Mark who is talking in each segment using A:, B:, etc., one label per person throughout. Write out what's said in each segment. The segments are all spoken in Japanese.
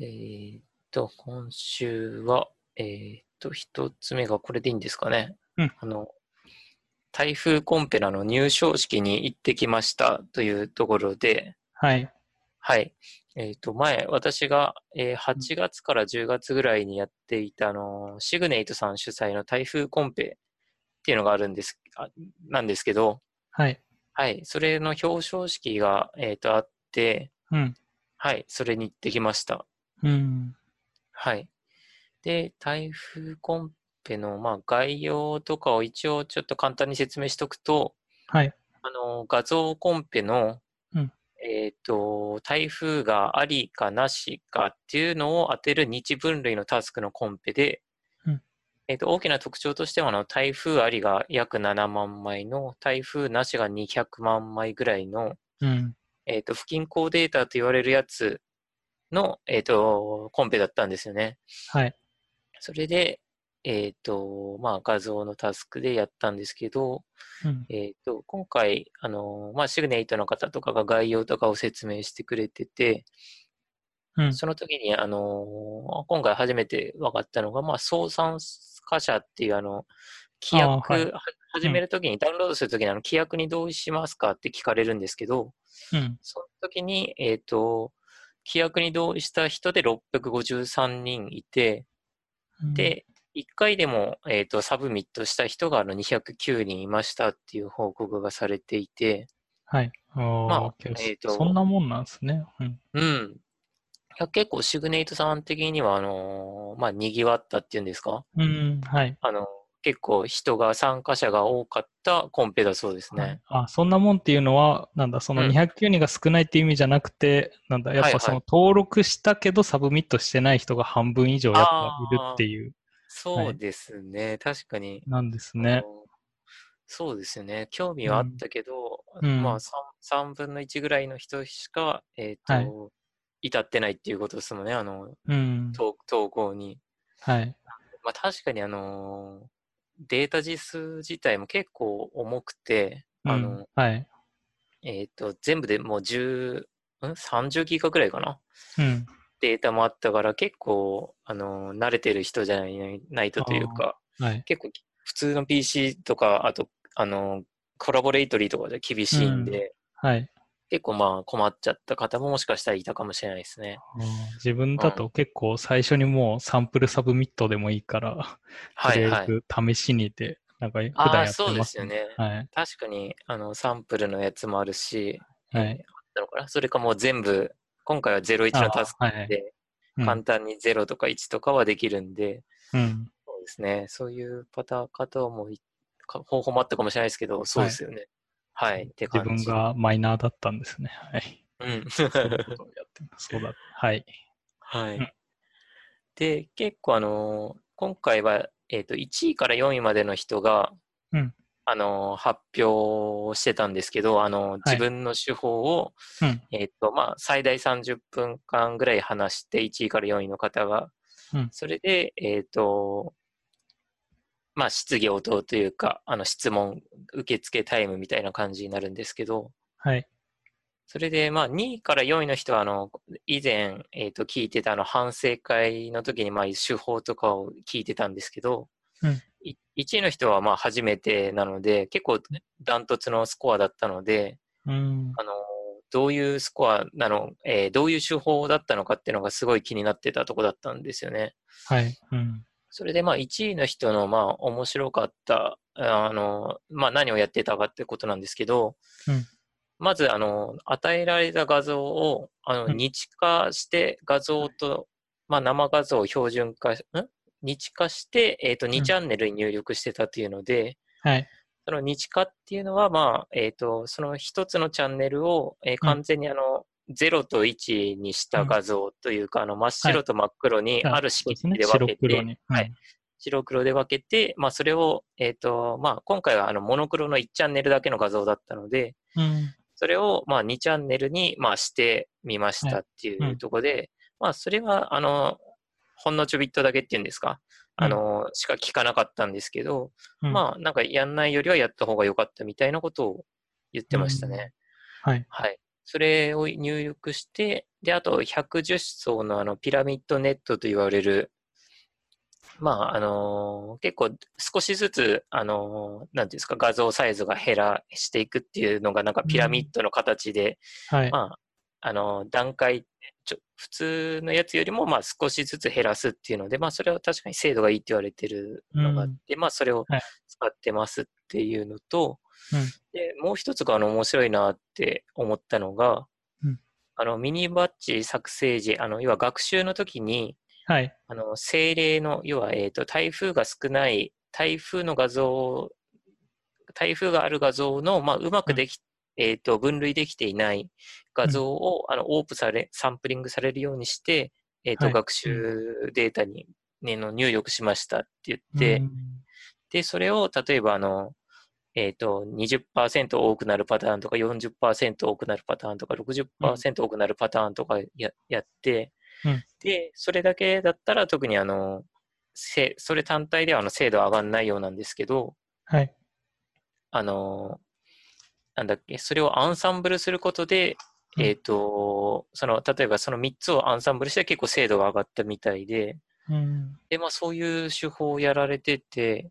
A: えーっと、今週は、えーっと、一つ目がこれでいいんですかね。
B: うん
A: あの、台風コンペラの入賞式に行ってきましたというところで、
B: はい。
A: はい。えーっと、前、私が、えー8月から10月ぐらいにやっていた、あの、シグネイトさん主催の台風コンペっていうのがあるんです、あなんですけど、
B: はい。
A: はい。それの表彰式が、えーっと、あって、
B: うん。
A: はい。それに行ってきました。
B: うん。
A: はい。で、台風コンペの、まあ、概要とかを一応ちょっと簡単に説明しとくと、
B: はい。
A: あの、画像コンペの、
B: うん
A: えっと、台風がありかなしかっていうのを当てる日分類のタスクのコンペで、
B: うん
A: えっと、大きな特徴としては、あの、台風ありが約7万枚の、台風なしが200万枚ぐらいの、
B: うん。
A: えっと、不均衡データと言われるやつの、えっと、コンペだったんですよね。
B: はい。
A: それで、えっ、と、まあ、画像のタスクでやったんですけど、
B: うん。
A: えっ、と、今回、あの、まあ、シグネイトの方とかが概要とかを説明してくれてて、
B: うん。
A: その時に、あの、今回初めて分かったのが、まあ、相参加者っていう、あの、規約、
B: あーはい
A: は始めるときに、ダウンロードするときに、あの、規約に同意しますかって聞かれるんですけど、
B: うん。
A: その時に、えっ、と、規約に同意した人で653人いて、
B: うん、
A: で、1回でも、えー、とサブミットした人があの209人いましたっていう報告がされていて、
B: はい。おー
A: まあ
B: OK です
A: えーと
B: そんなもんなんですね。うん。
A: うん。いや結構シグネイトさん的には、あのーまあ、賑わったっていうんですか、
B: うん。はい。
A: あの結構人が、参加者が多かったコンペだそうですね。
B: あ、そんなもんっていうのは、なんだ、その
A: うん
B: 209人が少ないっていう意味じゃなくて、なんだ、やっ
A: はいは
B: ぱ
A: い
B: その登録したけどサブミットしてない人が半分以上やっぱいるっていう、
A: そうですね、確かに。
B: なんです
A: あ
B: ね。
A: のそうですよね。興味はあったけど、
B: うん
A: まあ
B: うん
A: 3, 分の1ぐらいの人しか、えっ、と、
B: はい
A: 至ってないっていうことですもんね、あの、
B: うん。
A: 投投稿に。
B: はい。
A: まあ、確かにあのーデータ実数自体も結構重くて、
B: うん
A: あの
B: はい。
A: えー、と全部でもう10ん30ギガぐらいかな
B: うん。
A: データもあったから結構、あのー慣れてる人じゃないないとというか
B: はい。
A: 結構普通の PC とかあと、あのーコラボレイトリーとかじゃ厳しいんで、
B: はい。
A: 結構まあ困っちゃった方ももしかしたらいたかもしれないですね。
B: あー自分だと結構最初にもうサンプルサブミットでもいいから、と
A: はい
B: り
A: は
B: あ
A: い。
B: えず試しにで、なんか普
A: あ
B: 段
A: あ、
B: やって
A: そうで
B: ますす
A: よ
B: ね。
A: ね。
B: はい。
A: 確かにあのサンプルのやつもあるし、
B: は
A: えー
B: い。
A: あったのかなそれかもう全部、今回は01のタスク
B: あーはい
A: で、
B: うん
A: 簡単に0とか1とかはできるんで、
B: うん。
A: そうですね、そういうパターン方もいか方法もあったかもしれないですけど、そうですよね。はい、って
B: 自
A: 感じ。
B: 分がマイナーだったんですね。はい。
A: うん。
B: そういうことをやってます。そうだ。はい。
A: は
B: うん
A: い。で、結構あのー今回は、えっ、と、1位から4位までの人が、
B: うん
A: あのー発表してたんですけど、あのー自分の手法を、
B: うん。
A: えっ、と、まあ、最大30分間ぐらい話して、1位から4位の方が、
B: うん
A: それで、えっ、と、まあ、質疑応答というか、あの、質問受付タイムみたいな感じになるんですけど、
B: はい。
A: それで、まあ、2位から4位の人は、あの、以前、えっ、と、聞いてた、あの、反省会の時に、まあ、手法とかを聞いてたんですけど、
B: うん
A: い1位の人は、まあ、初めてなので、結構、ダントツのスコアだったので、
B: うん。
A: あのどういうスコアなの、えーどういう手法だったのかっていうのがすごい気になってたとこだったんですよね。
B: はい。うん。
A: それでまあ1位の人のまあ面白かった、あのまあ、何をやってたかってことなんですけど、
B: うん
A: まずあの与えられた画像をあの
B: うん
A: 日化して画像と、まあ、生画像を標準化、ん日化して、えー、と2チャンネルに入力してたというので、
B: はい。
A: その日課っていうのは、まあ、えっ、と、その一つのチャンネルを、えー完全にあの、0と1にした画像というか、あの、真っ白と真っ黒にある
B: そう
A: 色
B: です
A: 域
B: ね。
A: で分
B: 白
A: けて、
B: 黒に。うん
A: はい。白黒で分けて、まあ、それを、えっ、と、まあ、今回はあの、モノクロの1チャンネルだけの画像だったので、
B: うん。
A: それを、まあ、2チャンネルに、まあ、してみましたってい
B: はいう
A: うんところで、まあ、それは、あの、ほんのちょびっとだけっていうんですか、あの、しか聞かなかったんですけど、
B: うん
A: まあ、なんかやんないよりはやった方が良かったみたいなことを言ってましたね。
B: はい。
A: はい。それを入力して、で、あと110層のあのピラミッドネットと言われる、まあ、あのー結構少しずつ、あのーなんていうんですか、画像サイズが減らしていくっていうのが、なんかピラミッドの形で、
B: はい。
A: まあ、あのー段階、ちょ普通のやつよりも、まあ、少しずつ減らすっていうので、まあ、それは確かに精度がいいって言われてるのがあって、まあ、それを
B: はい
A: 使ってますっていうのと、
B: うん
A: でもう一つが、あの、面白いなって思ったのが、
B: うん
A: あの、ミニバッジ作成時、あの、要は学習の時に、
B: はい。
A: あの政令の要は、えー、と台風が少ない台風の画像を台風がある画像の、まあ、うまくでき、えー、と分類できていない画像を、あのオープンされサンプリングされるようにして、えーと
B: はい
A: 学習データに、ね、の入力しましたって言って、
B: うん
A: でそれを例えばあの、えー、と20%多くなるパターンとか40%多くなるパターンとか60%多くなるパターンとかや,、やって、
B: うん
A: でそれだけだったら特にあのせそれ単体ではあの精度は上がらないようなんですけど
B: はい。
A: あのなんだっけそれをアンサンブルすることで、
B: うん
A: えー、とその例えばその3つをアンサンブルして結構精度が上がったみたいで。
B: うん
A: で、まあ、そういう手法をやられてて、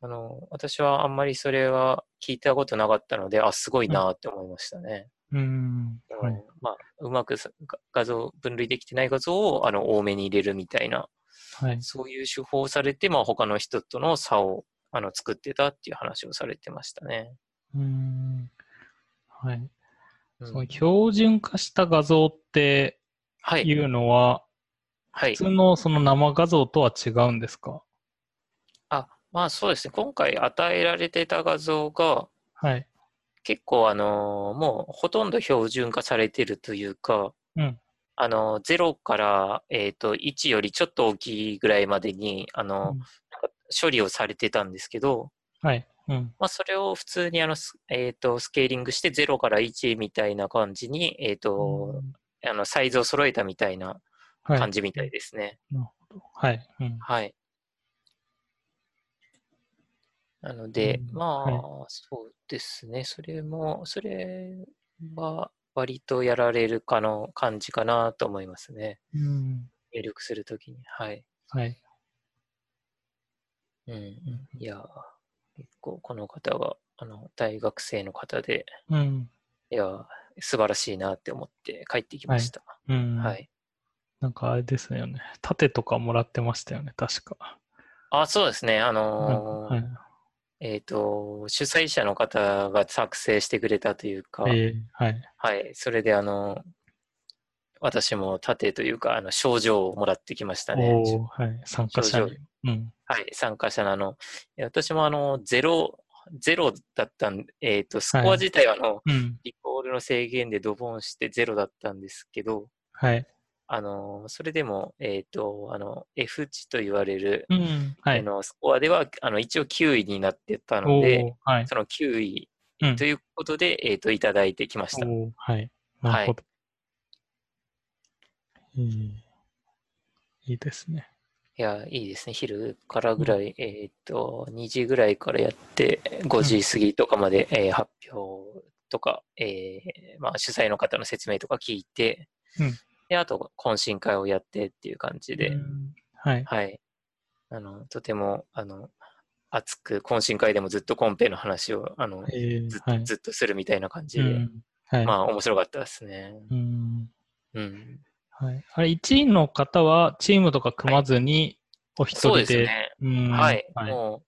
A: あの、私はあんまりそれは聞いたことなかったので、あ、すごいなって思いましたね。
B: うん。は
A: う
B: い。
A: んまあ、うまくさが画像、分類できてない画像を、あの、多めに入れるみたいな、
B: はい。
A: そういう手法をされて、まあ、他の人との差を、あの、作ってたっていう話をされてましたね。
B: うん。はい。
A: うん
B: その標準化した画像って
A: はいい。
B: うのは、
A: は
B: 普
A: い。
B: 通のその生画像とは違うんですか
A: あ、まあ、そうですね。今回与えられてた画像が、
B: はい。
A: 結構あのーもうほとんど標準化されてるというか、
B: うん
A: あのー0から、えー、と1よりちょっと大きいぐらいまでにあのー、
B: うん
A: なんか処理をされてたんですけど、
B: はい。うん。
A: まあ、それを普通にあの、すえー、とスケーリングして0から1みたいな感じに、えーとあのサイズを揃えたみたいな
B: はい。
A: 感じみたいですね。
B: はい。うん。
A: はい。なので、
B: うん
A: まあ、
B: は
A: そうですね。それも、それは割とやられるかの感じかなと思いますね。
B: うん。
A: 入力するときに。はい。
B: はい。
A: うんうん。いやー、結構この方が、あの、大学生の方で、
B: うん。
A: いやー、素晴らしいなって思って帰ってきました。
B: うん。
A: はい。。
B: なんかあれですよね。盾とかもらってましたよね、確か。
A: あ、そうですね。あ
B: なんか
A: のー
B: はい。
A: えっ、と、主催者の方が作成してくれたというか、
B: えーはい。
A: はい、それであの、私も盾というか、あの、賞状をもらってきましたね。
B: おーはい。参加者
A: 症状
B: に。うん。
A: はい、参加者のあの、いや私もあの、ゼロ、ゼロだったんえっ、と、スコア自体はあの、
B: うん。
A: リコールの制限でドボンしてゼロだったんですけど、
B: はい。
A: あの、それでも、えっ、と、あの、F 値と言われる、
B: うん。は
A: あ
B: い。
A: の、スコアでは、あの、一応9位になってたの
B: お
A: で、
B: ーはい。
A: その9位
B: うん
A: ということで、えっ、と、いただいてきました。
B: おーはい。なるほど。えーいいですね。
A: いや、いいですね。昼からぐらい、えーっと、2時ぐらいからやって、5時過ぎとかまで、えー発表とか、えーまあ、主催の方の説明とか聞いて、
B: うん
A: で、あと、懇親会をやってっていう感じで、
B: うんはい。
A: はい。あの、とても、あの、熱く、懇親会でもずっとコンペの話を、あの、
B: えー
A: ずっと
B: はい。
A: ずっとするみたいな感じ
B: う
A: で、
B: んはい。
A: まあ、面白かったですね。
B: うん
A: うん。
B: はい。あれ、1位の方は、チームとか組まずに、お一
A: そう
B: 人
A: です
B: で。
A: ね。
B: うん
A: はい、
B: はい。
A: もう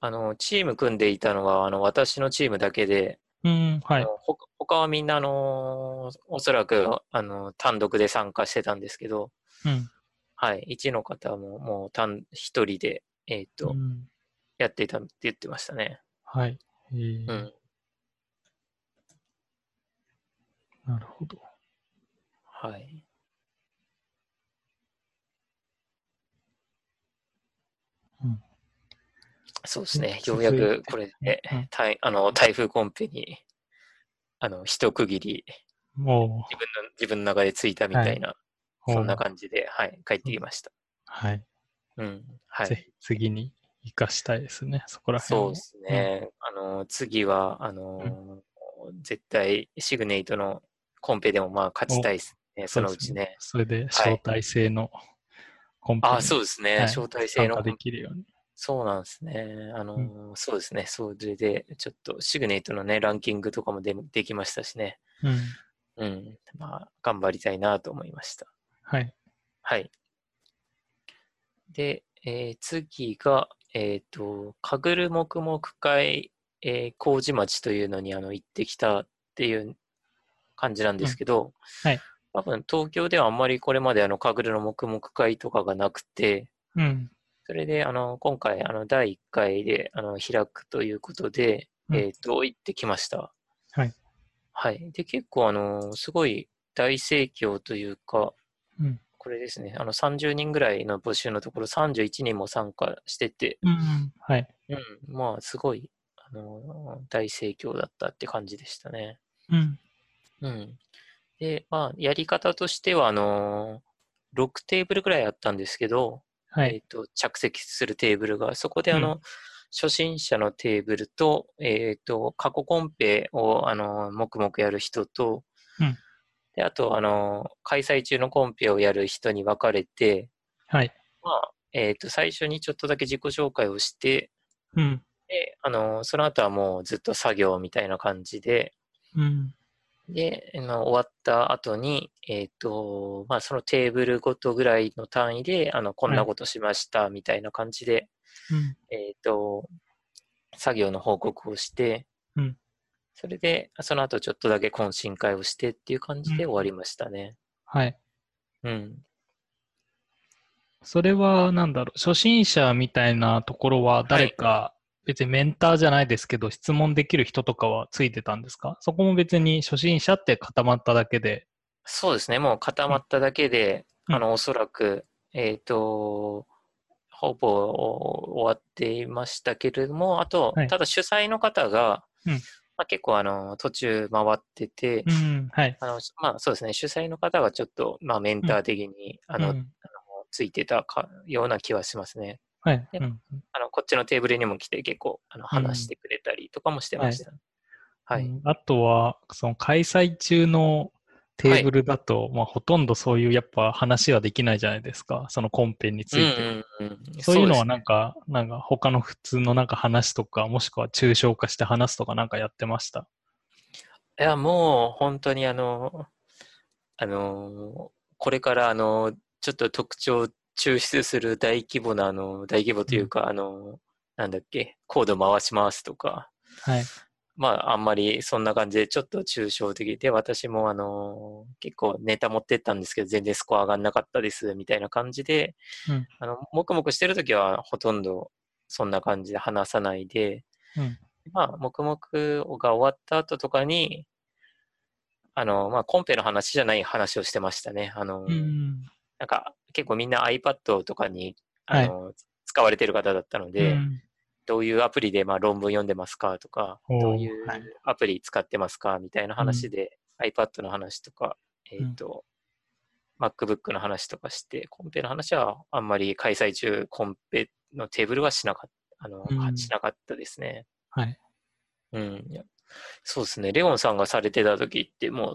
A: あのチーム組んでいたのはあの私のチームだけで、
B: うん。は
A: あ
B: い。
A: のほ他はみんなあのおそらくあの単独で参加してたんですけど、
B: うん。
A: はい、1の方ももう単一人で、えーと
B: うん
A: やっていたって言ってましたね。
B: はい。えー
A: うん、
B: なるほど。
A: はい、
B: うん
A: そうですね、よ
B: 続
A: う
B: い
A: や
B: て
A: くこれで
B: うん
A: たいあの台風コンペにあの一区切り
B: も
A: 自分の自分の中でついたみたいな。
B: う、
A: そんな
B: もう
A: 感じで、はい、帰ってきました。
B: はい。
A: うん、は
B: ぜ
A: い。
B: ひ次に生かしたいですね、そこら辺
A: そう
B: を
A: ですね。あの、次は、あのー、絶対、シグネイトのコンペでも、まあ、勝ちたいです。ね、そのうちね。
B: それで招待制のコンペ
A: あ、そうですね。
B: はい
A: 招待制の
B: 参加。できるように。
A: そうなんですね。あのーそうですね。それで、ちょっとシグネイトのね、ランキングとかもでできましたしね。
B: うん。
A: うん。まあ、頑張りたいなと思いました。
B: はい。
A: はい。で、えー次が、えっ、と、かぐる黙々会、えー麹町というのにあの行ってきたっていう感じなんですけど、
B: はい
A: 多分東京ではあんまりこれまであのかぐるの黙々会とかがなくて、
B: うん。
A: それであの今回あの第1回であの開くということで、
B: うん
A: えっ、と、行ってきました。
B: はい。
A: はい。で、結構あの、すごい大盛況というか、
B: うん。
A: これですね、あの30人ぐらいの募集のところ、31人も参加してて、
B: うん。はい。
A: うん、まあ、すごい、あのー大盛況だったって感じでしたね。
B: うん。
A: うん。で、まあ、やり方としては、あのー、6テーブルぐらいあったんですけど、
B: は
A: えっ
B: い。
A: と、着席するテーブルが、そこで、あの、
B: う
A: 初心者のテーブルと、えっ、と、過去コンペを、あのー、黙々やる人と、
B: うん
A: で、あと、あのー、開催中のコンペをやる人に分かれて、
B: はい。
A: まあ、えっ、と、最初にちょっとだけ自己紹介をして、
B: うん。
A: で、あの、その後はもうずっと作業みたいな感じで、
B: うん。
A: で、あの終わった後に、えっ、と、まあ、そのテーブルごとぐらいの単位で、あの、こんなことしました、みたいな感じで、
B: うん。
A: えっ、と、作業の報告をして、
B: うん
A: それで、その後ちょっとだけ懇親会をしてっていう感じで終わりましたね。
B: はい。
A: うん。
B: それは、なんだろう、初心者みたいなところは、誰か、別にメンターじゃないですけど、質問できる人とかはついてたんですかそこも別に初心者って固まっただけで。
A: そうですね、もう固まっただけで、
B: うん
A: あのおそらく、えっ、と、ほぼ終わっていましたけれども、あと、
B: はい
A: ただ主催の方が、
B: うん
A: まあ、結構あの途中回ってて、
B: うん。はい。
A: あのまあ、そうですね、主催の方がちょっと、まあ、メンター的に、あの
B: うん
A: ついてたかような気はしますね
B: はい。
A: で
B: うん。
A: あの。こっちのテーブルにも来て結構あの話してくれたりとかもしてました。はい、
B: うんあとは、その開催中のテーブルだと、まあ、ほとんどそういうやっぱ話はできないじゃないですか、そのコンペについて。
A: うんうんうん
B: そういうの
A: です
B: はなんか、なんか他の普通のなんか話とか、もしくは抽象化して話すとかなんかやってました。
A: いや、もう本当にあの、あの、これからあの、ちょっと特徴を抽出する大規模なあの、大規模というか、あの、なんだっけ、コード回しますとか、
B: はい。
A: まあ、あんまりそんな感じでちょっと抽象的で、私もあの、結構ネタ持ってったんですけど、全然スコア上がんなかったです、みたいな感じで
B: うん、
A: あの、もくもくしてるときはほとんどそんな感じで話さないで、
B: うん。
A: まあ、黙々が終わった後とかに、あの、まあ、コンペの話じゃない話をしてましたね。あの、
B: うん。
A: なんか、結構みんな iPad とかに、あの、使われてる方だったので、
B: うん
A: どういうアプリで、まあ、論文読んでますかとか、
B: おー
A: どういう
B: はい
A: アプリ使ってますかみたいな話で、iPad の話とか、えっ、
B: うん
A: と、MacBook の話とかして、コンペの話はあんまり開催中、コンペのテーブルはしなかった、あの、
B: うん
A: しなかったですね。
B: はい。
A: うん、いやそうですね。レオンさんがされてた時って、もう、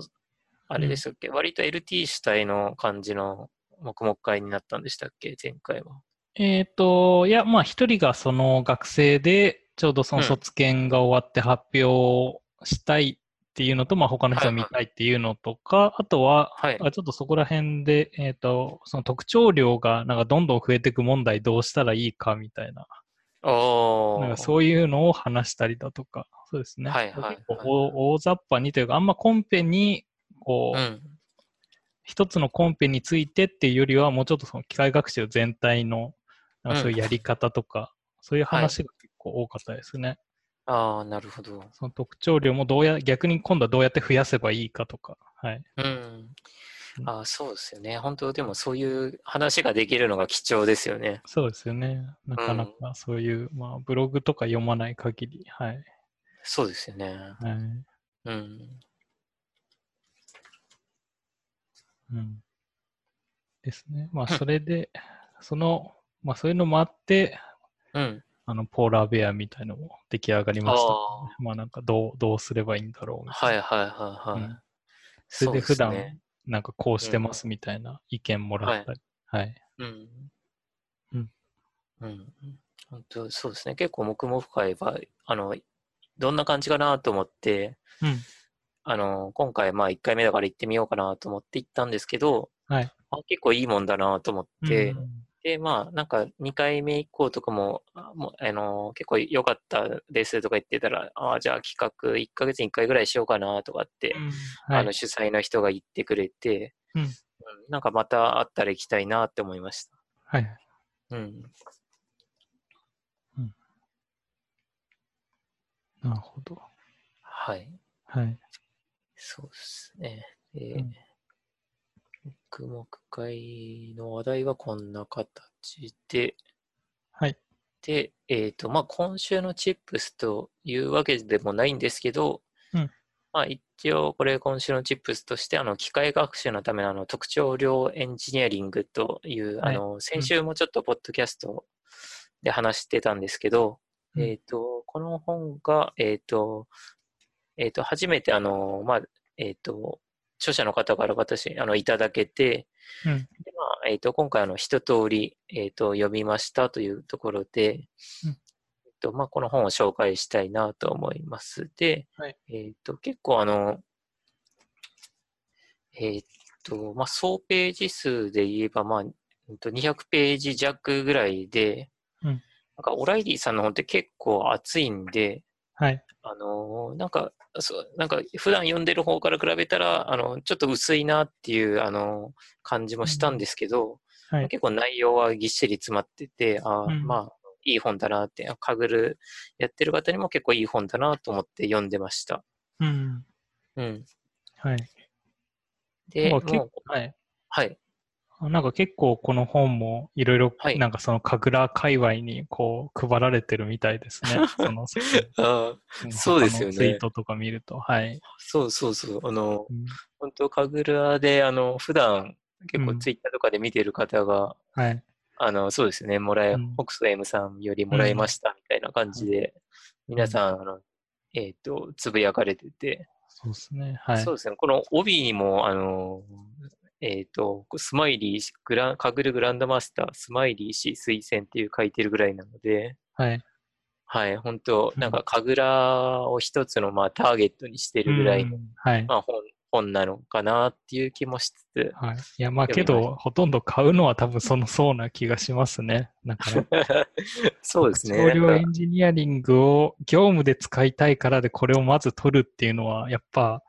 A: あれでしたっけ、割と LT 主体の感じの黙々会になったんでしたっけ前回は。
B: えっ、と、いや、まあ一人がその学生で、ちょうどその
A: うん
B: 卒検が終わって発表したいっていうのと、まあ他の人を見たいっていうのとか、あとは、
A: はい。
B: あちょっとそこら辺で、えっ、と、その特徴量がなんかどんどん増えていく問題どうしたらいいかみたいな、
A: お
B: なん
A: ー。
B: かそういうのを話したりだとか、そうですね。
A: はいはい
B: 結構大大雑把にというか、あんまコンペに、こう、
A: ん。
B: 一つのコンペについてっていうよりは、もうちょっとその機械学習全体の、なんかそういうやり方とか、そういう話が結構多かったですね。
A: ああ、なるほど。
B: その特徴量もどうや、逆に今度はどうやって増やせばいいかとか、はい。
A: うん。ああ、そうですよね。本当、でもそういう話ができるのが貴重ですよね。
B: そうですよね。なかなかそういう、まあ、ブログとか読まない限り、はい。
A: そうですよね。
B: はい。
A: うん。
B: うん。ですね。まあ、それで、その、まあ、そういうのもあって、
A: うん。
B: あの、ポーラーベアみたいのも出来上がり
A: あ
B: ました。
A: あ。
B: まあ、なんか、どう、どうすればいいんだろうみたいな。
A: はいはいはいはい。
B: うんそれで普
A: そう
B: 段、
A: ですね
B: なんかこうしてますみたいな意見もらったり。はい。
A: うん。
B: うん。
A: うん。本当そうですね。結構黙々会は、あの、どんな感じかなと思って、
B: うん
A: あの、今回まあ1回目だから行ってみようかなと思って行ったんですけど、
B: はい
A: あ結構いいもんだなと思って、
B: うん
A: で、まあなんか2回目以降とかも、あもうあの、結構良かったですとか言ってたら、ああ、じゃあ企画1ヶ月に1回ぐらいしようかなとかって、
B: は
A: あ
B: い
A: の主催の人が言ってくれて、
B: うん
A: うんなんかまた会ったら行きたいなって思いました。
B: はい。
A: うん。
B: なるほど。
A: はい。
B: はい。
A: そうですね。え
B: う
A: ー
B: ん、
A: 黙々会の話題はこんな形で、
B: はい。
A: で、えっ、と、まあ、今週のチップスというわけでもないんですけど、
B: うん
A: まあ、一応、これ、今週のチップスとして、あの、機械学習のための、あの、特徴量エンジニアリングという、
B: はい
A: あの、先週もちょっと、ポッドキャストで話してたんですけど、
B: うん
A: えっ、と、この本が、えっ、と、えっ、と、初めて、あの、まあ、えっ、と、著者の方から私、あの、いただけて、
B: うん
A: でまあえー、と今回あの一通り、えー、と読みましたというところで、
B: うん
A: えっとまあ、この本を紹介したいなと思います。で、
B: はい
A: えー、と結構あの、えーとまあ、総ページ数で言えば、まあ、うんと200ページ弱ぐらいで、
B: うん
A: なんかオライリーさんの本って結構厚いんで、
B: はい。
A: あのーなんか、そう、なんか、普段読んでる方から比べたら、あの、ちょっと薄いなっていう、あの、感じもしたんですけど、
B: はい
A: 結構内容はぎっしり詰まってて、あー
B: うん
A: まあ、いい本だなって、あかぐるやってる方にも結構いい本だなと思って読んでました。
B: うん。
A: うん。
B: はい。
A: で、も
B: まあ結
A: う、
B: はい。
A: はい。
B: なんか結構この本もいろいろ
A: はい
B: なんかその神楽界隈にこう配られてるみたいです ね。その
A: そうですよね
B: 他のツイートとか見ると。はい。
A: そうそうそう。あの、
B: うん
A: 本当かぐるで、あの、普段、結
B: う
A: 構
B: ん
A: ツイッターとかで見てる方が、
B: はい。
A: あの、そうですね、もらえ、
B: うん
A: 北斗 M さんよりもらいましたみたいな感じで、皆さん、あの、えっ、と、つぶやかれてて、
B: そうですね。はい
A: そう。ですね、この帯にも、あの、えっ、と、スマイリー氏、グラン、かぐるグランドマスター、スマイリー氏推薦っていう書いてるぐらいなので、
B: はい。
A: はい、本当
B: うん
A: なんか、かぐらを一つの、まあ、ターゲットにしてるぐらいの、
B: うんはい。
A: まあ、本、本なのかなっていう気もしつ つ、
B: はい。いや、まあ
A: 読
B: け
A: みました
B: ど、ほとんど買うのは多分そのそうな気がしますね。だから、
A: そうですね。
B: 少量
A: なん
B: エ
A: か
B: ンジニアリングを業務で使いたいからでこれをまず取るっていうのは、やっぱ、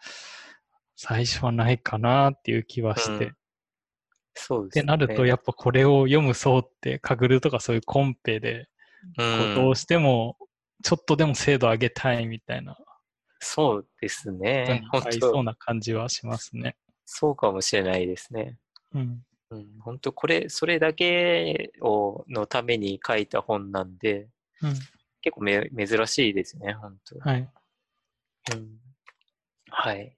B: 最初はないかなっていう気はして。
A: う
B: っ
A: んそうです
B: て
A: ね。
B: なると、やっぱこれを読む層って、カグルとかそういうコンペで、こ
A: う
B: うんどうしても、ちょっとでも精度上げたいみたいな、
A: そうです
B: 人
A: ね
B: に。
A: 本
B: 買いそ
A: 当
B: うな感じはしますね。
A: そうかもしれないですね。
B: うん。
A: うん、本当これ、それだけをのために書いた本なんで、
B: うん。
A: 結構め珍しいですね、本当。
B: はい。
A: うんはい。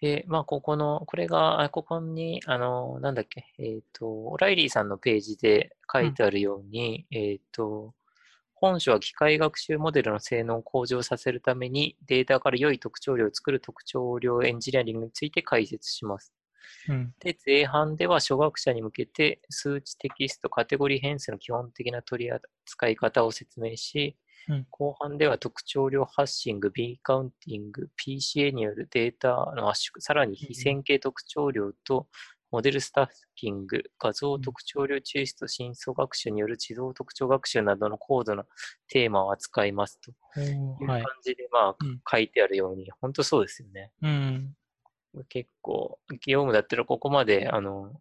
A: で、まあ、ここの、これが、あここに、あの、なんだっけ、えっ、と、オライリーさんのページで書いてあるように、えっ、と、本書は機械学習モデルの性能を向上させるために、データから良い特徴量を作る特徴量エンジニアリングについて解説します。
B: うん。
A: で、前半では初学者に向けて数値テキスト、カテゴリー変数の基本的な取り扱い方を説明し、
B: うん
A: 後半では特徴量ハッシング、B カウンティング、PCA によるデータの圧縮、さらに非線形特徴量とモデルスタッキング、画像特徴量抽出と深層学習による自動特徴学習などの高度なテーマを扱いますという
B: は
A: 感
B: い。
A: じで、ま
B: うん
A: あ書いてあるように、本当そうですよね。
B: うん。
A: 結構、業務だったらここまで、あの、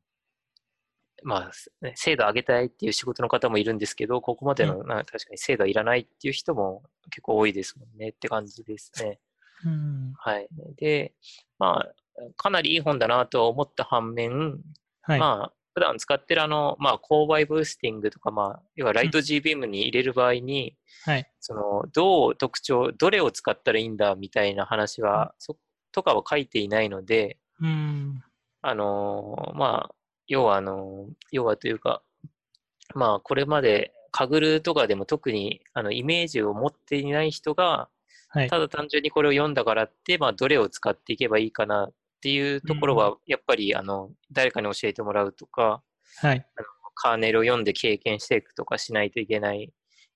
A: まあ、すね精度上げたいっていう仕事の方もいるんですけど、ここまでの、な確かに精度はいらないっていう人も結構多いですもんねって感じですね。
B: うん。
A: はい。で、まあ、かなりいい本だなと思った反面、
B: はい。
A: まあ、普段使ってるあの、まあ、勾配ブースティングとか、まあ、要はライト GBM に入れる場合に、
B: はい。
A: その、どう特徴、どれを使ったらいいんだみたいな話は、そとかは書いていないので、
B: うん。
A: あのーまあ、要はあのー要はというか、まあ、これまで、カグルとかでも特にあのイメージを持っていない人が、
B: はい。
A: ただ単純にこれを読んだからって、まあ、どれを使っていけばいいかなっていうところは、やっぱり、あの、誰かに教えてもらうとか、
B: はい。
A: カーネルを読んで経験していくとかしないといけない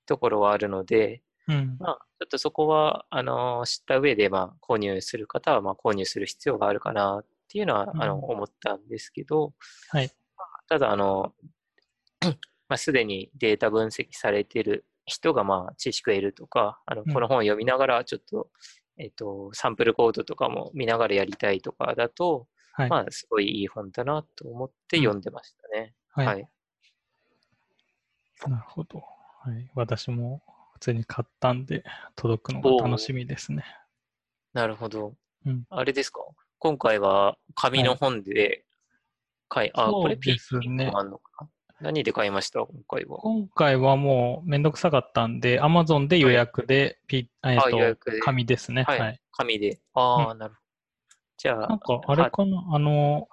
A: ところはあるので、
B: うん。
A: まあ、ちょっとそこは、あの、知った上で、まあ、購入する方は、まあ、購入する必要があるかなっていうのは、あの、
B: うん
A: 思ったんですけど、
B: はい
A: まあ。ただ、あの、 まあ、すでにデータ分析されてる人が、まあ、知識を得るとか、あの、
B: うん
A: この本を読みながら、ちょっと、えっと、サンプルコードとかも見ながらやりたいとかだと、
B: はい。
A: まあ、すごいいい本だなと思って
B: うん
A: 読んでましたね。
B: はい
A: はい。
B: なるほど。はい。私も普通に買ったんで、届くのが楽しみですね。
A: なるほど。
B: うん
A: あれですか今回は紙の本で買い、あ、これ
B: そうです
A: PC
B: ね
A: もあんのかな何で買いました今回は。
B: 今回はもうめんどくさかったんで、Amazon で予約で、P えっ
A: あ予約で
B: と、紙ですね。
A: は
B: はいい。
A: 紙で。ああ、なるほど。じゃあ、
B: なんか、あれ
A: は
B: かな、あの、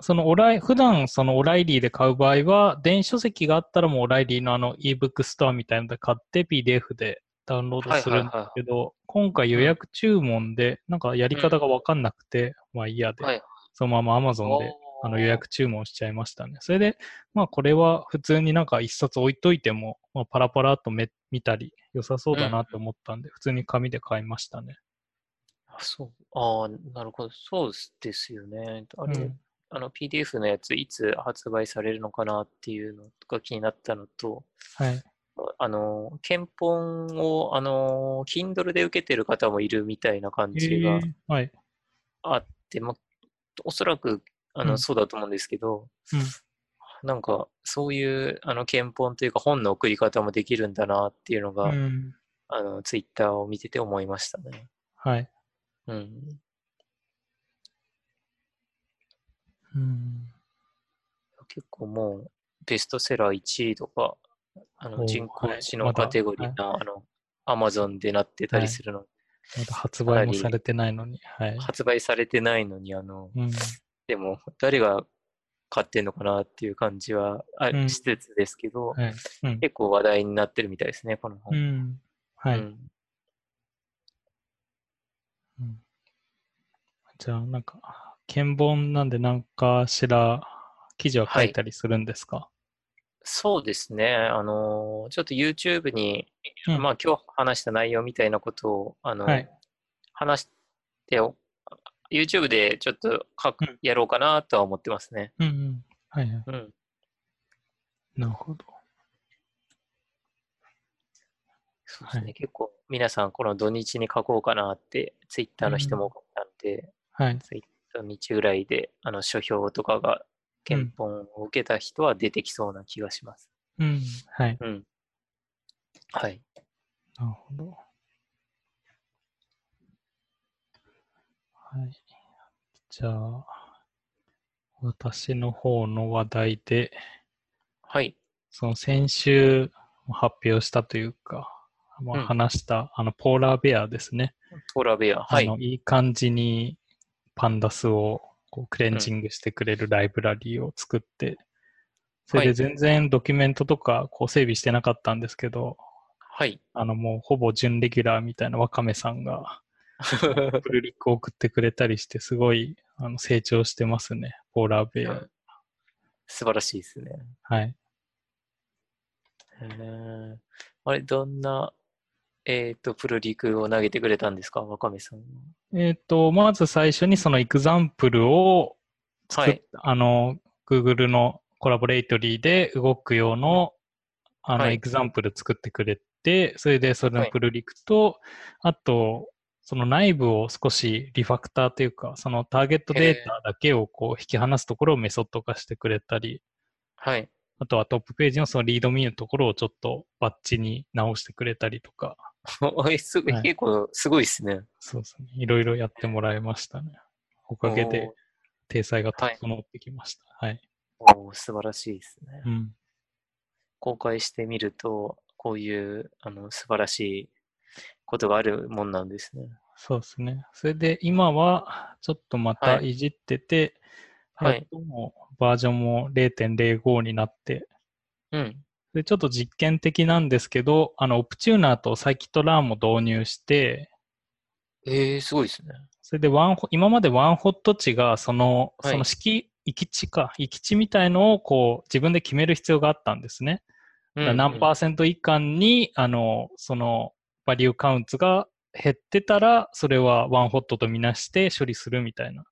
B: そのオライ、普段そのオライリーで買う場合は、電子書籍があったらもうオライリーのあの ebook ストアみたいなので買って PDF でダウンロードするんですけど、今回予約注文で、なんかやり方がわかんなくて、まあ嫌で、
A: はい
B: そのまま Amazon であの予約注文しちゃいましたね。それで、まあこれは普通になんか一冊置いといても、まあ、パラパラっとめ見たり、良さそうだなと思ったんで、普通に紙で買いましたね。
A: あそう。ああ、なるほど。そうですよね。あれ、
B: うん
A: あの PDF のやつ、いつ発売されるのかなっていうのが気になったのと、
B: はい。
A: あの、検本を、あの、Kindle で受けてる方もいるみたいな感じが。
B: えーはい。
A: あって、まあ、おそらくあの、
B: うん
A: そうだと思うんですけど、
B: うん
A: なんかそういうあの検本というか本の送り方もできるんだなっていうのが、
B: うん
A: あのツイッターを見てて思いましたね。
B: はい。
A: うん、
B: うん。
A: 結構もうベストセラー1位とかあ
B: お
A: の
B: ー
A: 人工知能
B: はいまた
A: カテゴリーな、あのアマゾンでなってたりするの、
B: まだ発売もされてないのに。はい。
A: 発売されてないのにあの
B: うん。
A: でも誰が買ってんのかなっていう感じはあ
B: うん
A: しつつですけど、
B: はい。うん。
A: 結構話題になってるみたいですね、この
B: う
A: 本。
B: ん。は
A: う
B: い。
A: ん
B: うんじゃあ、なんか、見本なんで、なんかしら、記事は書いたりするんですか、
A: そうですね。あのーちょっと YouTube に、
B: うん
A: まあ今日話した内容みたいなことを、あの、
B: はい
A: 話してお、YouTube でちょっと書く
B: うん
A: やろうかなとは思ってますね。
B: うんうん。はいはい。
A: うん。
B: なるほど。
A: そうですね。
B: はい
A: 結構皆さんこの土日に書こうかなって、Twitter の人も多かったんで、
B: はい。
A: 土日ぐらいで、あの、書評とかが、検本を受けた人は出てきそうな気がします。
B: うん。はい。
A: うん。はい。
B: なるほど。はい。じゃあ、私の方の話題で、
A: はい。
B: その先週発表したというか、ま
A: う
B: あ、
A: ん
B: 話した、あのポーラーベアですね。
A: トラベア。はい。
B: あのいい感じにパンダスをこうクレンジングしてくれるライブラリーを作って、それ
A: は
B: で
A: い
B: 全然ドキュメントとかこう整備してなかったんですけど、
A: はい。
B: あのもうほぼ準レギュラーみたいなワカメさんがプルリックを送ってくれたりして、すごいあの成長してますね、ポーラーベア。
A: 素晴らしいですね。
B: はい。
A: へーあれ、どんな、えっ、と、プロリクを投げてくれたんですか、わかめさんは。
B: えっ、と、まず最初にそのエクザンプルを作っ、
A: はい
B: あの、Google のコラボレートリーで動く用の、あの、
A: はい
B: エクザンプル作ってくれて、それでそれの
A: はい
B: プルリクと、あと、その内部を少しリファクターというか、そのターゲットデータだけをこう引き離すところをメソッド化してくれたり、
A: はい。
B: あとはトップページのそのリードミーのところをちょっとバッチに直してくれたりとか、
A: おえすごい
B: はい
A: 結構すごいですね。
B: そうですね。いろいろやってもらいましたね。おかげで。体裁が
A: はい
B: 整ってきました。はい。
A: おーおー素晴らしいですね。
B: うん。
A: 公開してみると、こういうあの素晴らしいことがあるもんなんですね。
B: そうですね。それで今は、ちょっとまた
A: はい
B: いじってて、
A: はい
B: やっともうバージョンも0.05になって、
A: うん。
B: で、ちょっと実験的なんですけど、あの、オプチューナーとサイキットラーンも導入して、
A: えー、すごいですね。
B: それでワンホ今までワンホット値がその、
A: はい
B: その式、域値か、域値みたいのをこう自分で決める必要があったんですね。だから何パーセント以下に、あの、そのバリューカウンツが減ってたら、それはワンホットとみなして処理するみたいな。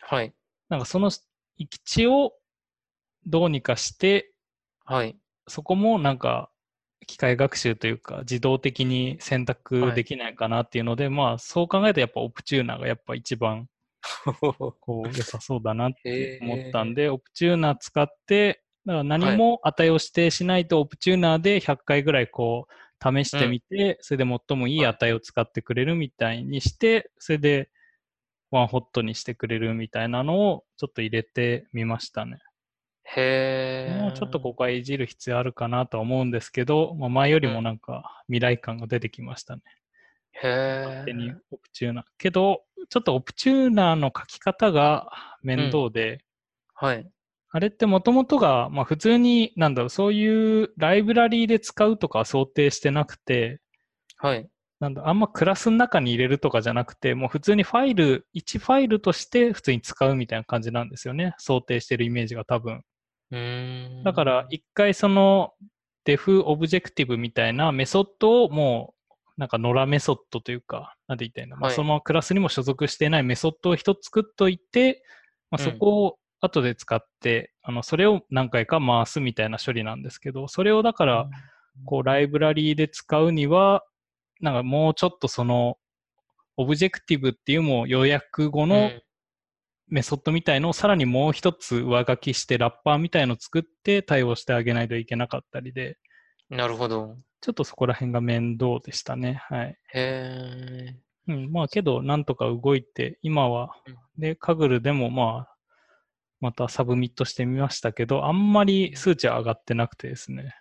A: はい。
B: なんかその域値をどうにかして、
A: はい。
B: そこもなんか機械学習というか自動的に選択できないかなっていうので、まあそう考えるとやっぱオプチューナーがやっぱ一番こう良さそうだなって思ったんで、オプチューナー使って、だから何も値を指定しないと、オプチューナーで100回ぐらいこう、試してみて、それで最もいい値を使ってくれるみたいにして、それでワンホットにしてくれるみたいなのをちょっと入れてみましたね。
A: へえ。
B: もうちょっとここはいじる必要あるかなとは思うんですけど、まあ、前よりもなんか未来感が出てきましたね。
A: へ
B: 勝手に
A: え。
B: オプチューナー。けど、ちょっとオプチューナーの書き方が面倒で、
A: はい。
B: あれってもともとが、まあ、普通に、なんだろう、そういうライブラリーで使うとかは想定してなくて、
A: はい。
B: なんだあんまクラスの中に入れるとかじゃなくて、もう普通にファイル、1ファイルとして普通に使うみたいな感じなんですよね。想定してるイメージが多分。
A: うーん。
B: だから、一回その def オブジェクティブみたいなメソッドをもう、なんか野良メソッドというか、なんて言ったらいいんだ、まあ
A: はい
B: そのままクラスにも所属していないメソッドを一つ作っといて、まあ、
A: うん
B: そこを後で使って、あのそれを何回か回すみたいな処理なんですけど、それをだから、こうライブラリーで使うには、なんかもうちょっとその、オブジェクティブっていうもう予約後
A: う
B: の
A: ん
B: メソッドみたいのをさらにもう一つ上書きしてラッパーみたいのを作って対応してあげないといけなかったりで、
A: なるほど。
B: ちょっとそこら辺が面倒でしたね。はい。
A: へえ。
B: うん、まあけど、なんとか動いて、今は
A: うん、
B: で、カグルでもまあ、またサブミットしてみましたけど、あんまり数値は上がってなくてですね、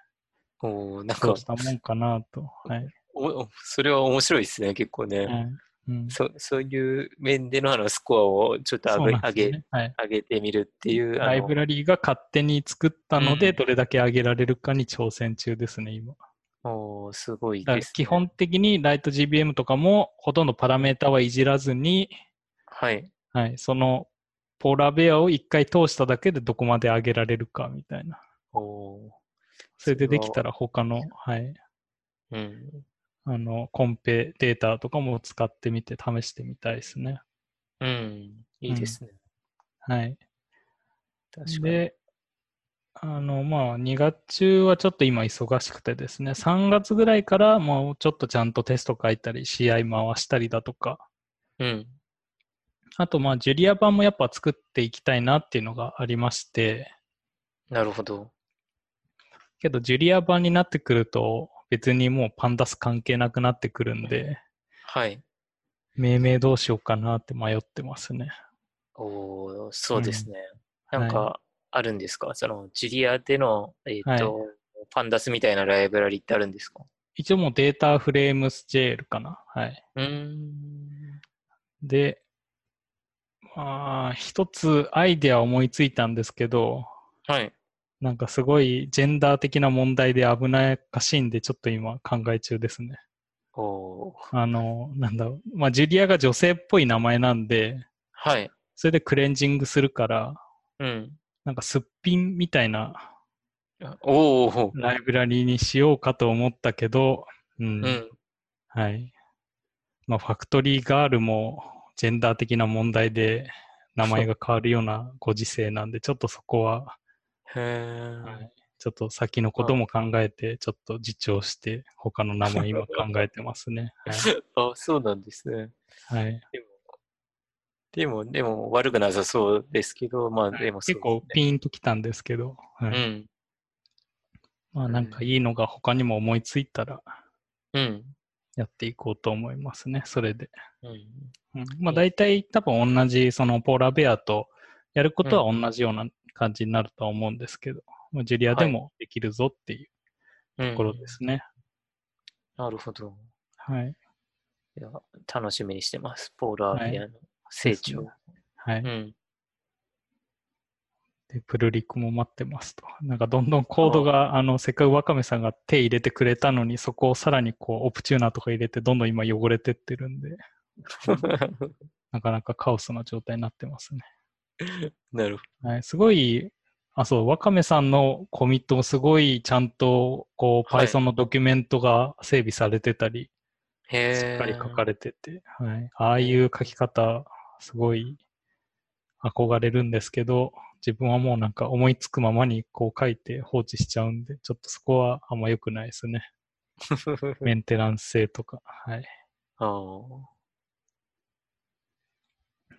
A: おーなん
B: ど
A: か
B: うしたもんかなと。はい。
A: お、おそれは面白いですね、結構
B: う
A: ね。
B: んうん
A: そそういう面でのあのスコアをちょっと
B: そ
A: 上
B: う
A: げ,、
B: な
A: 上
B: んです
A: げ
B: よね。はい。
A: 上げてみるっていう。あの
B: ライブラリーが勝手に作ったの
A: う
B: で、
A: ん
B: どれだけ上げられるかに挑戦中ですね、今。
A: おーすごい
B: だから
A: です、ね。
B: 基本的に LightGBM とかもほとんどパラメータはいじらずに、
A: はい。
B: はい、そのポーラーベアを1回通しただけでどこまで上げられるかみたいな。
A: おー
B: それでできた
A: ら。
B: ら他の、はい、
A: うん。
B: あの、コンペデータとかも使ってみて試してみたいですね。
A: うん。いいですね。
B: はい。
A: 確かに。
B: で、あの、まあ、2月中はちょっと今忙しくてですね、3月ぐらいからもうちょっとちゃんとテスト書いたり、試合回したりだとか、
A: うん。
B: あと、まあ、ジュリア版もやっぱ作っていきたいなっていうのがありまして、
A: なるほど。
B: けど、ジュリア版になってくると、別にもうパンダス関係なくなってくるんで、
A: はい。
B: 命名どうしようかなって迷ってますね。
A: おーそうですね。
B: うん
A: なんか、あるんですか、その、ジュリアでの、えっ、と、パンダスみたいなライブラリってあるんですか
B: 一応もうデータフレームス JL かな。はい。
A: うーん。
B: で、まあ、一つアイデア思いついたんですけど、
A: はい。
B: なんかすごいジェンダー的な問題で危なっかしいんで、ちょっと今考え中ですね。
A: おー
B: あの、なんだろう。まあ、ジュリアが女性っぽい名前なんで、
A: はい。
B: それでクレンジングするから、
A: うん。
B: なんかすっぴんみたいな
A: あおー
B: ライブラリーにしようかと思ったけど、うん。
A: うん。
B: はい。まあ、ファクトリーガールもジェンダー的な問題で名前が変わるよう なご時世なんで、ちょっとそこは、
A: へー
B: はいちょっと先のことも考えて、ちょっと自重して、他の名前今考えてます ね。
A: あ、そうなんですね。
B: はい。はい
A: でも、でも悪くなさそうですけど、まあでもそう
B: 結構ピンときたんですけど、はい
A: うん。
B: まあなんかいいのが他にも思いついたら
A: うん。
B: やっていこうと思いますね、それで。
A: うん。
B: うん、まあ大体多分同じそのポーラーベアとやることは同じような感じになるとは思うんですけど、まあジュリアでもできるぞっていう
A: うん
B: ところですね。
A: なるほど。
B: はい。
A: いや、楽しみにしてます。ポーラーベアの成長。
B: ですはい。
A: うん。
B: で、プルリクも待ってますと。なんかどんどんコードが、あの、せっかくワカメさんが手入れてくれたのに、そこをさらにこう、オプチューナーとか入れて、どんどん今汚れてってるんで、なかなかカオスな状態になってますね。
A: なるほ
B: はい、すごい、あ、そう、ワカメさんのコミットもすごいちゃんと、こう、
A: はい
B: Python のドキュメントが整備されてたり、
A: ど。へえ。
B: しっかり書かれてて、はい。ああいう書き方、すごい憧れるんですけど、自分はもうなんか思いつくままにこう書いて放置しちゃうんで、ちょっとそこはあんま良くないですね。 メンテナンス性とか。はい。
A: あー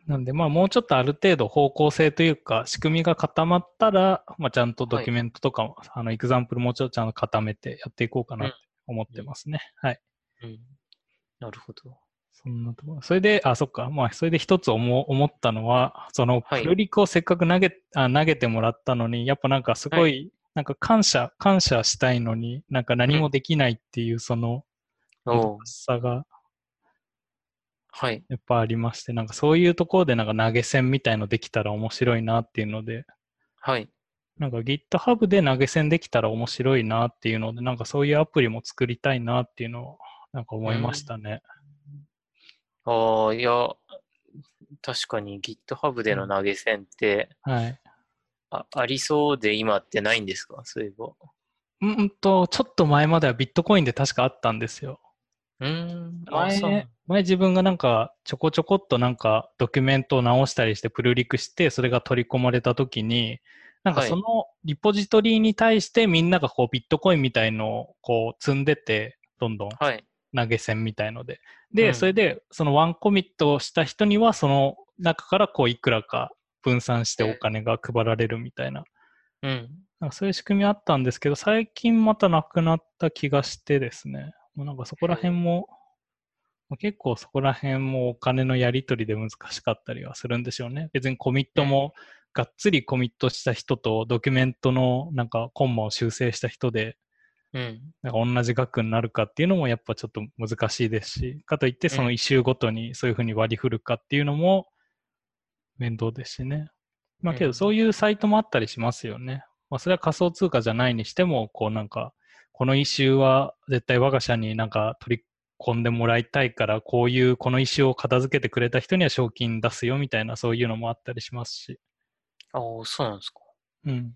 B: なんで、まあ、もうちょっとある程度方向性というか、仕組みが固まったら、まあ、ちゃんとドキュメントとかも、あの、エクザンプルもうちょっとちゃんと固めてやっていこうかなって思ってますね。はい。
A: うん。なるほど。
B: そんなところ。それで、あ、そっか。まあ、それで一つ思思ったのは、その、
A: はい
B: プルリクをせっかく投げ、あ投げてもらったのに、やっぱなんかすごい、
A: は
B: なんか感謝、感謝したいのに、なんか何もできないっていう、その、も
A: お
B: ど
A: う
B: かしさが
A: はい。
B: やっぱありまして、なんかそういうところでなんか投げ銭みたいのできたら面白いなっていうので、
A: はい。
B: なんか GitHub で投げ銭できたら面白いなっていうので、なんかそういうアプリも作りたいなっていうのを、なんか思いましたね。
A: ああ、いや、確かに GitHub での投げ銭って、
B: はい。
A: あありそうで今ってないんですかそういえば。
B: うんうんと、ちょっと前まではビットコインで確かあったんですよ。
A: うーん。あ
B: 前
A: そうなん、
B: 前自分がなんかちょこちょこっとなんかドキュメントを直したりしてプルリクして、それが取り込まれた時に、なんか
A: はい
B: そのリポジトリに対してみんながこうビットコインみたいのをこう積んでて、どんどん
A: はい。
B: 投げ銭みたいので。
A: う
B: で、
A: ん
B: それで、そのワンコミットをした人には、その中からこういくらか分散してお金が配られるみたいな、
A: うん。
B: なんかそういう仕組みあったんですけど、最近またなくなった気がしてですね、もうなんかそこら辺も、まあ結構そこら辺もお金のやり取りで難しかったりはするんでしょうね。別にコミットも、がっつりコミットした人と、ドキュメントのなんかコンマを修正した人で、
A: うん。
B: なんか同じ額になるかっていうのもやっぱちょっと難しいですし、かといってその一周ごとにそういうふうに割り振るかっていうのも面倒ですしね。まあけ
A: う
B: ど
A: ん
B: そういうサイトもあったりしますよね。まあそれは仮想通貨じゃないにしても、こうなんか、この一周は絶対我が社になんか取り込んでもらいたいから、こういうこの一周を片付けてくれた人には賞金出すよみたいなそういうのもあったりしますし、
A: ああ、そうなんですか。
B: うん。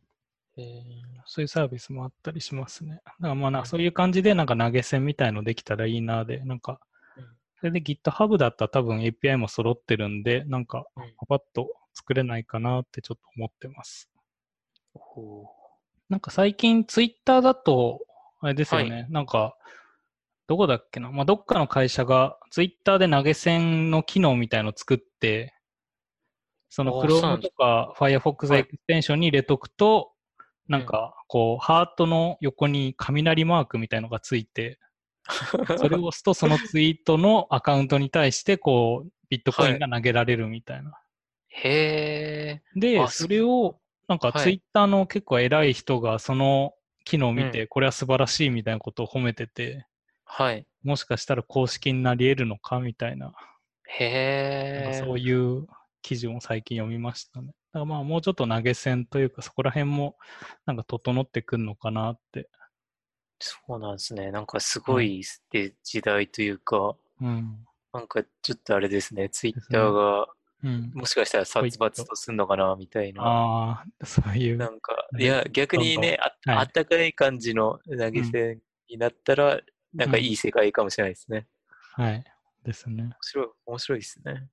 A: へえ。
B: そういうサービスもあったりしますね。だからまあ
A: う
B: な、
A: ん
B: そういう感じでなんか投げ銭みたいのできたらいいなで、なんか
A: うん、
B: それで GitHub だったら多分 API も揃ってるんで、なんか
A: うん、
B: パパッと作れないかなってちょっと思ってます。
A: ほう
B: なんか最近 Twitter だと、あれですよね、
A: は
B: なんか、どこだっけな、まあ、どっかの会社が Twitter で投げ銭の機能みたいのを作って、その
A: あーそうなん
B: Chrome
A: で
B: と
A: す
B: か Firefox
A: はい
B: エクステンションに入れとくと、なんかこう、ハートの横に雷マークみたいのがつ いて、それを押すとそのツイートのアカウントに対して、こう、ビットコインが投げられるみたいな。
A: へえ。
B: で、
A: あ
B: それを、なんか
A: はい
B: ツイッターの結構偉い人がその機能を見て、これは素晴らしいみたいなことを褒めてて、
A: はい。
B: もしかしたら公式になり得るのかみたいな、
A: へ
B: なんか
A: え。
B: そういう記事も最近読みましたね。だからまあもうちょっと投げ銭というか、そこら辺もなんか整ってくるのかなって。
A: そうなんですね。なんかすごいで時代というか、
B: うん。
A: なんかちょっとあれですね、ツイッ
B: すね
A: ターが
B: うん。
A: もしかしたら殺伐とすんのかなみたいな。
B: ああ、そういう。
A: なんか、
B: ね
A: いや、逆にね、あ
B: はい
A: あったかい感じの投げ銭になったら、なんかいい世界かもしれないですね。
B: はい。ですね。
A: 面白い、面白いですね。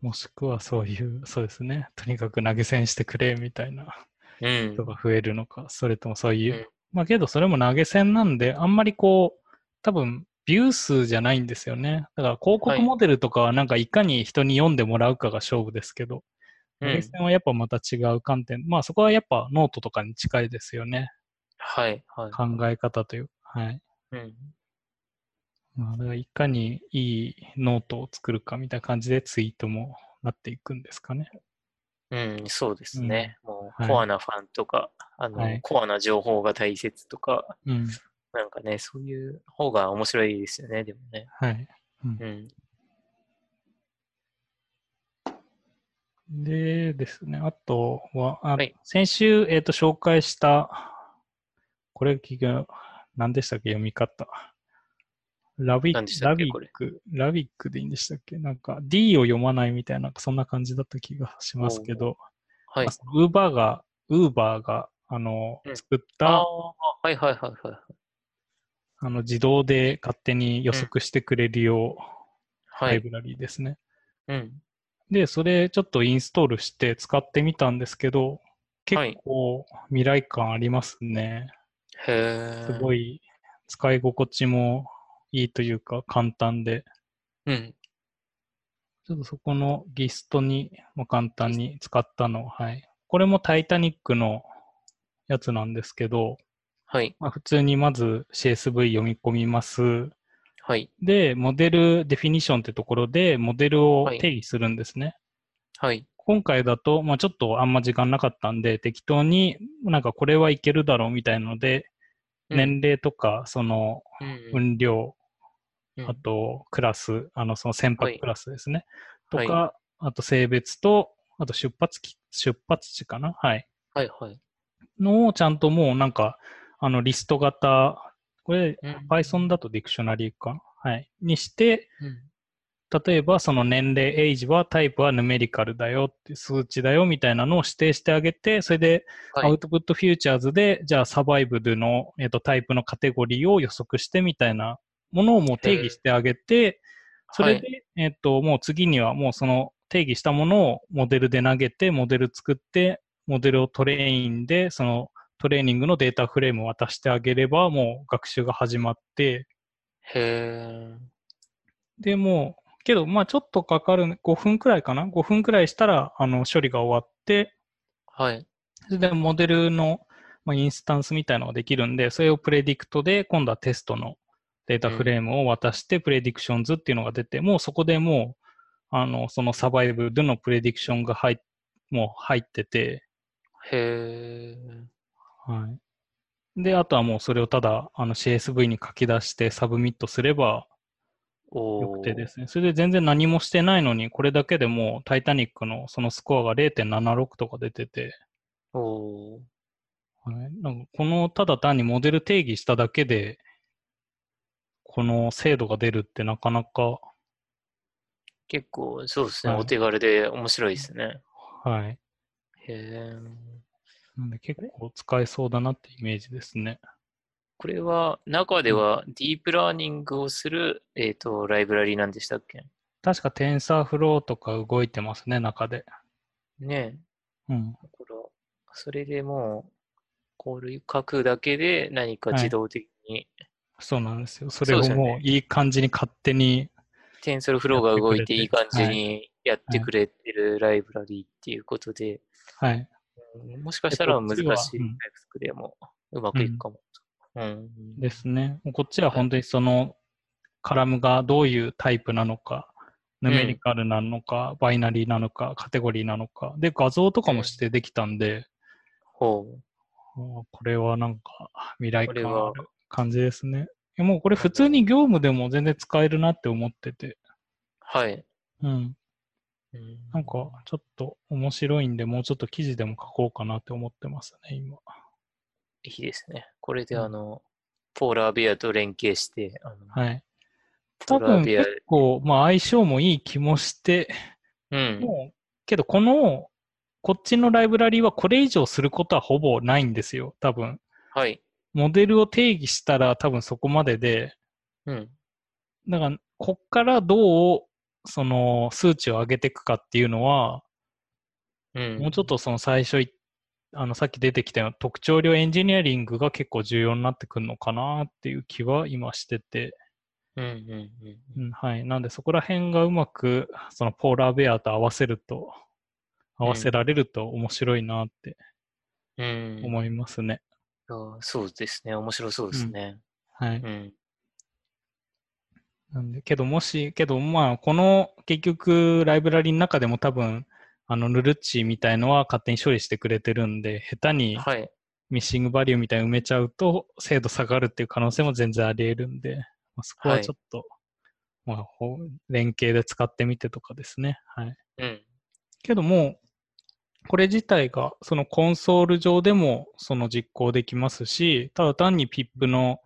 B: もしくはそういう、そうですね。とにかく投げ銭してくれみたいな。
A: うん
B: 人。が増えるのか、それともそういう、
A: うん
B: まあけどそれも投げ銭なんで、あんまりこう、多分ビュー数じゃないんですよね。だから広
A: は
B: 告
A: い
B: モデルとかはなんかいかに人に読んでもらうかが勝負ですけど、
A: う
B: 投
A: ん
B: げ銭はやっぱまた違う観点、まあそこはやっぱノートとかに近いですよね。
A: はい、はい。
B: 考え方というか。はい。
A: うん。
B: まあ、だからいかにいいノートを作るかみたいな感じでツイートもなっていくんですかね。
A: うん、そうですね。もう、
B: はい
A: コアなファンとか、あの、
B: はい
A: コアな情報が大切とか、
B: うん。
A: なんかね、そういう方が面白いですよね、でもね。
B: はい。
A: うん。
B: でですね、あとは、あ
A: はい
B: 先週、えーと紹介した、これ、結局何でしたっけ、読み方。ラビ
A: 何でし
B: ック、
A: たっ
B: ラ
A: け
B: ビッ
A: これ
B: ク、ラビックでいいんでしたっけなんか D を読まないみたいな、そんな感じだった気がしますけど、
A: はい
B: まあ。そのウーバーが、ウーバーが、あの
A: う、ん
B: 作っ
A: あ
B: た、
A: あ、はいはいはいはい。
B: あの、自動で勝手に予測してくれるよう、
A: は
B: ライ
A: い。
B: ブラリーですね。
A: うん。
B: で、それちょっとインストールして使ってみたんですけど、結構未来感ありますね。
A: へえ。
B: すご
A: い。
B: い使い心地もいいというか簡単で、
A: うん。
B: ちょっとそこのギストにも簡単に使ったのを、はい。これもタイタニックのやつなんですけど、
A: はい。
B: まあ、普通にまず CSV 読み込みます。
A: はい。
B: で、モデルデフィニションってところでモデルを
A: はい
B: 定義するんですね。
A: はい。
B: 今回だと、まあ、ちょっとあんま時間なかったんで、適当になんかこれはいけるだろうみたいので、
A: うん
B: 年齢とか、その
A: うん。
B: 分
A: う
B: 量、
A: ん
B: あとクラス、あのその船
A: は
B: 舶
A: い
B: クラスですね。と
A: はい
B: か、あと性別と、あと出発機出発地かなはい。
A: はいはい。
B: のをちゃんともうなんか、あのリスト型、これ、
A: うん
B: Python だとディクショナリーかはい。にして、
A: うん。
B: 例えばその年齢、エイジはタイプはヌメリカルだよって数値だよみたいなのを指定してあげて、それで
A: は
B: ア
A: い
B: ウ。トプットフューチャーズで、じゃあサバイブルの、えっとタイプのカテゴリーを予測してみたいなものをもう定義してあげて、それで、えっと、もう次にはもうその定義したものをモデルで投げて、モデル作って、モデルをトレインで、そのトレーニングのデータフレームを渡してあげれば、もう学習が始まって、
A: へえ。
B: でもう、けど、まあちょっとかかる、5分くらいかな ?5 分くらいしたら、あの、処理が終わって、
A: はい。
B: それでモデルの、まあ、インスタンスみたいなのができるんで、それをプレディクトで、今度はテストのデータフレームを渡して、プレディクションズっていうのが出て、もうそこでもう、あの、そのサバイブでのプレディクションが入っもう入ってて、
A: へえ。
B: はい。で、あとはもうそれをただ、あの CSV に書き出してサブミットすれば
A: おお。
B: よくてですね。それで全然何もしてないのに、これだけでもうタイタニックのそのスコアが0.76とか出てて、
A: おおー。
B: はい、なんかこのただ単にモデル定義しただけで、この精度が出るってなかなか、
A: 結構、そうですね。
B: はい
A: お手軽で面白いですね。
B: はい。
A: へえ。
B: なんで結構使えそうだなってイメージですね。
A: これは、中ではディープラーニングをする、えっと、ライブラリなんでしたっけ
B: 確か TensorFlow とか動いてますね、中で。
A: ねえ。
B: うん。
A: だから、それでもう、コール書くだけで何か
B: はい
A: 自動的に、
B: そうなんですよ。それを
A: そうですよ
B: も
A: ね
B: ういい感じに勝手に、
A: テンソルフローが動いていい
B: やってく
A: 感
B: れて
A: じにやってくれてるライブラリっていうことで、
B: はい。
A: うんもしかしたら難しい
B: こっ
A: タイ
B: ちはうん
A: プ作りでもうまくいくかも。うん。
B: ですね。もうこっちは本当にそのカラムがどういうタイプなのか、
A: うん
B: ヌメリカルなのか、バイナリーなのか、カテゴリーなのか。で、画像とかも指定できたんで、
A: ほう。
B: あーこれはなんか未来
A: これ
B: 感
A: は
B: ある感じですね。えもうこれ普通に業務でも全然使えるなって思ってて。
A: はい。
B: うん。
A: うん
B: なんかちょっと面白いんで、もうちょっと記事でも書こうかなって思ってますね、今。
A: いいですね。これで、
B: うん
A: あの、ポーラーベアと連携して、あの
B: はい。
A: ポ
B: 多
A: ーラ
B: 分
A: ーベア、
B: 結構、まあ相性もいい気もして、
A: うん。
B: もう、けどこの、こっちのライブラリーはこれ以上することはほぼないんですよ、多分。
A: はい。
B: モデルを定義したら多分そこまでで、
A: うん。
B: だから、こっからどう、その、数値を上げていくかっていうのは、
A: うん。
B: もうちょっとその最初い、あの、さっき出てきたような特徴量エンジニアリングが結構重要になってくるのかなっていう気は今してて、
A: うんうんうん。
B: うん、はい。なんで、そこら辺がうまく、その、ポーラーベアと合わせると、合わせられると面白いなって
A: うん、
B: 思いますね。
A: いやーそうですね。面白そうですね。
B: はい。
A: うん。
B: なんで、けどもし、けどまあ、この結局ライブラリの中でも多分、あの、ルルッチみたいのは勝手に処理してくれてるんで、下手に
A: はい。
B: ミッシングバリューみたいに埋めちゃうと、精度下がるっていう可能性も全然あり得るんで、まあ、そこははいちょっと、まあ、ほ連携で使ってみてとかですね。はい。
A: うん。
B: けどもう、これ自体が、そのコンソール上でも、その実行できますし、ただ単に PIP の、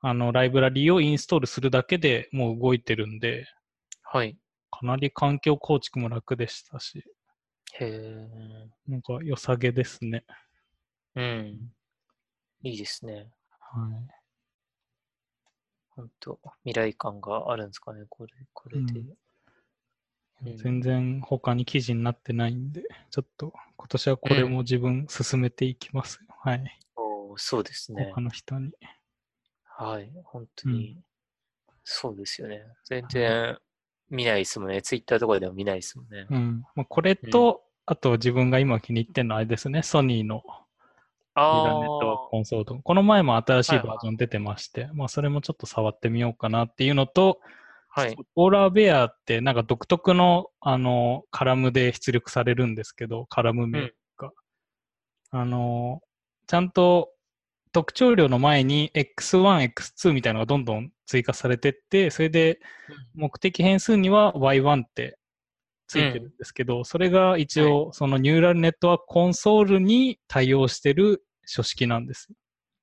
B: あの、ライブラリーをインストールするだけでもう動いてるんで、
A: はい。
B: かなり環境構築も楽でしたし、
A: へえ。
B: なんか良さげですね。
A: うん。いいですね。
B: はい。
A: 本当未来感があるんですかね、これ、これで。うん
B: 全然他に記事になってないんで、ちょっと今年はこれも自分進めていきますよ。はい。
A: おーそうですね
B: 他。の人に。
A: はい。本当に、そうですよね。全然見ないですもんね。ツイッターとかでも見ないですもんね。
B: うん。まあ、これと、あと自分が今気に入ってるのはあれですね、ソニーのミラーネットワークコンソート。この前も新しいバージョン出てまして、まあそれもちょっと触ってみようかなっていうのと、
A: あーはい。
B: オーラーベアってなんか独特のあのカラムで出力されるんですけど、カラム名が。あの、ちゃんと特徴量の前に X1、X2 みたいなのがどんどん追加されてって、それで目的変数には Y1 ってついてるんですけど、それが一応そのニューラルネットワークコンソールに対応してる書式なんです。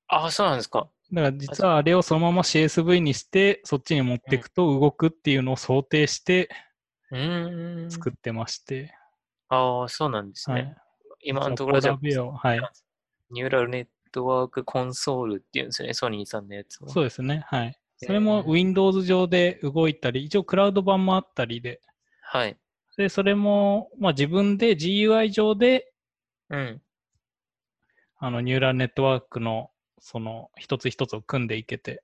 A: ああ、そうなんですか。
B: だから実はあれをそのまま CSV にして、そっちに持っていくと動くっていうのを想定して
A: うーん。
B: 作ってまして。
A: ああ、そうなんですね。
B: はい。
A: 今のところじゃあ
B: コラベアをはい。
A: ニューラルネットワークコンソールっていうんですよね、ソニーさんのやつは。
B: そうですね。はい。それも Windows 上で動いたり、一応クラウド版もあったりで、
A: はい。
B: で、それも、まあ自分で GUI 上で、
A: うん。
B: あの、ニューラルネットワークの、その、一つ一つを組んでいけて、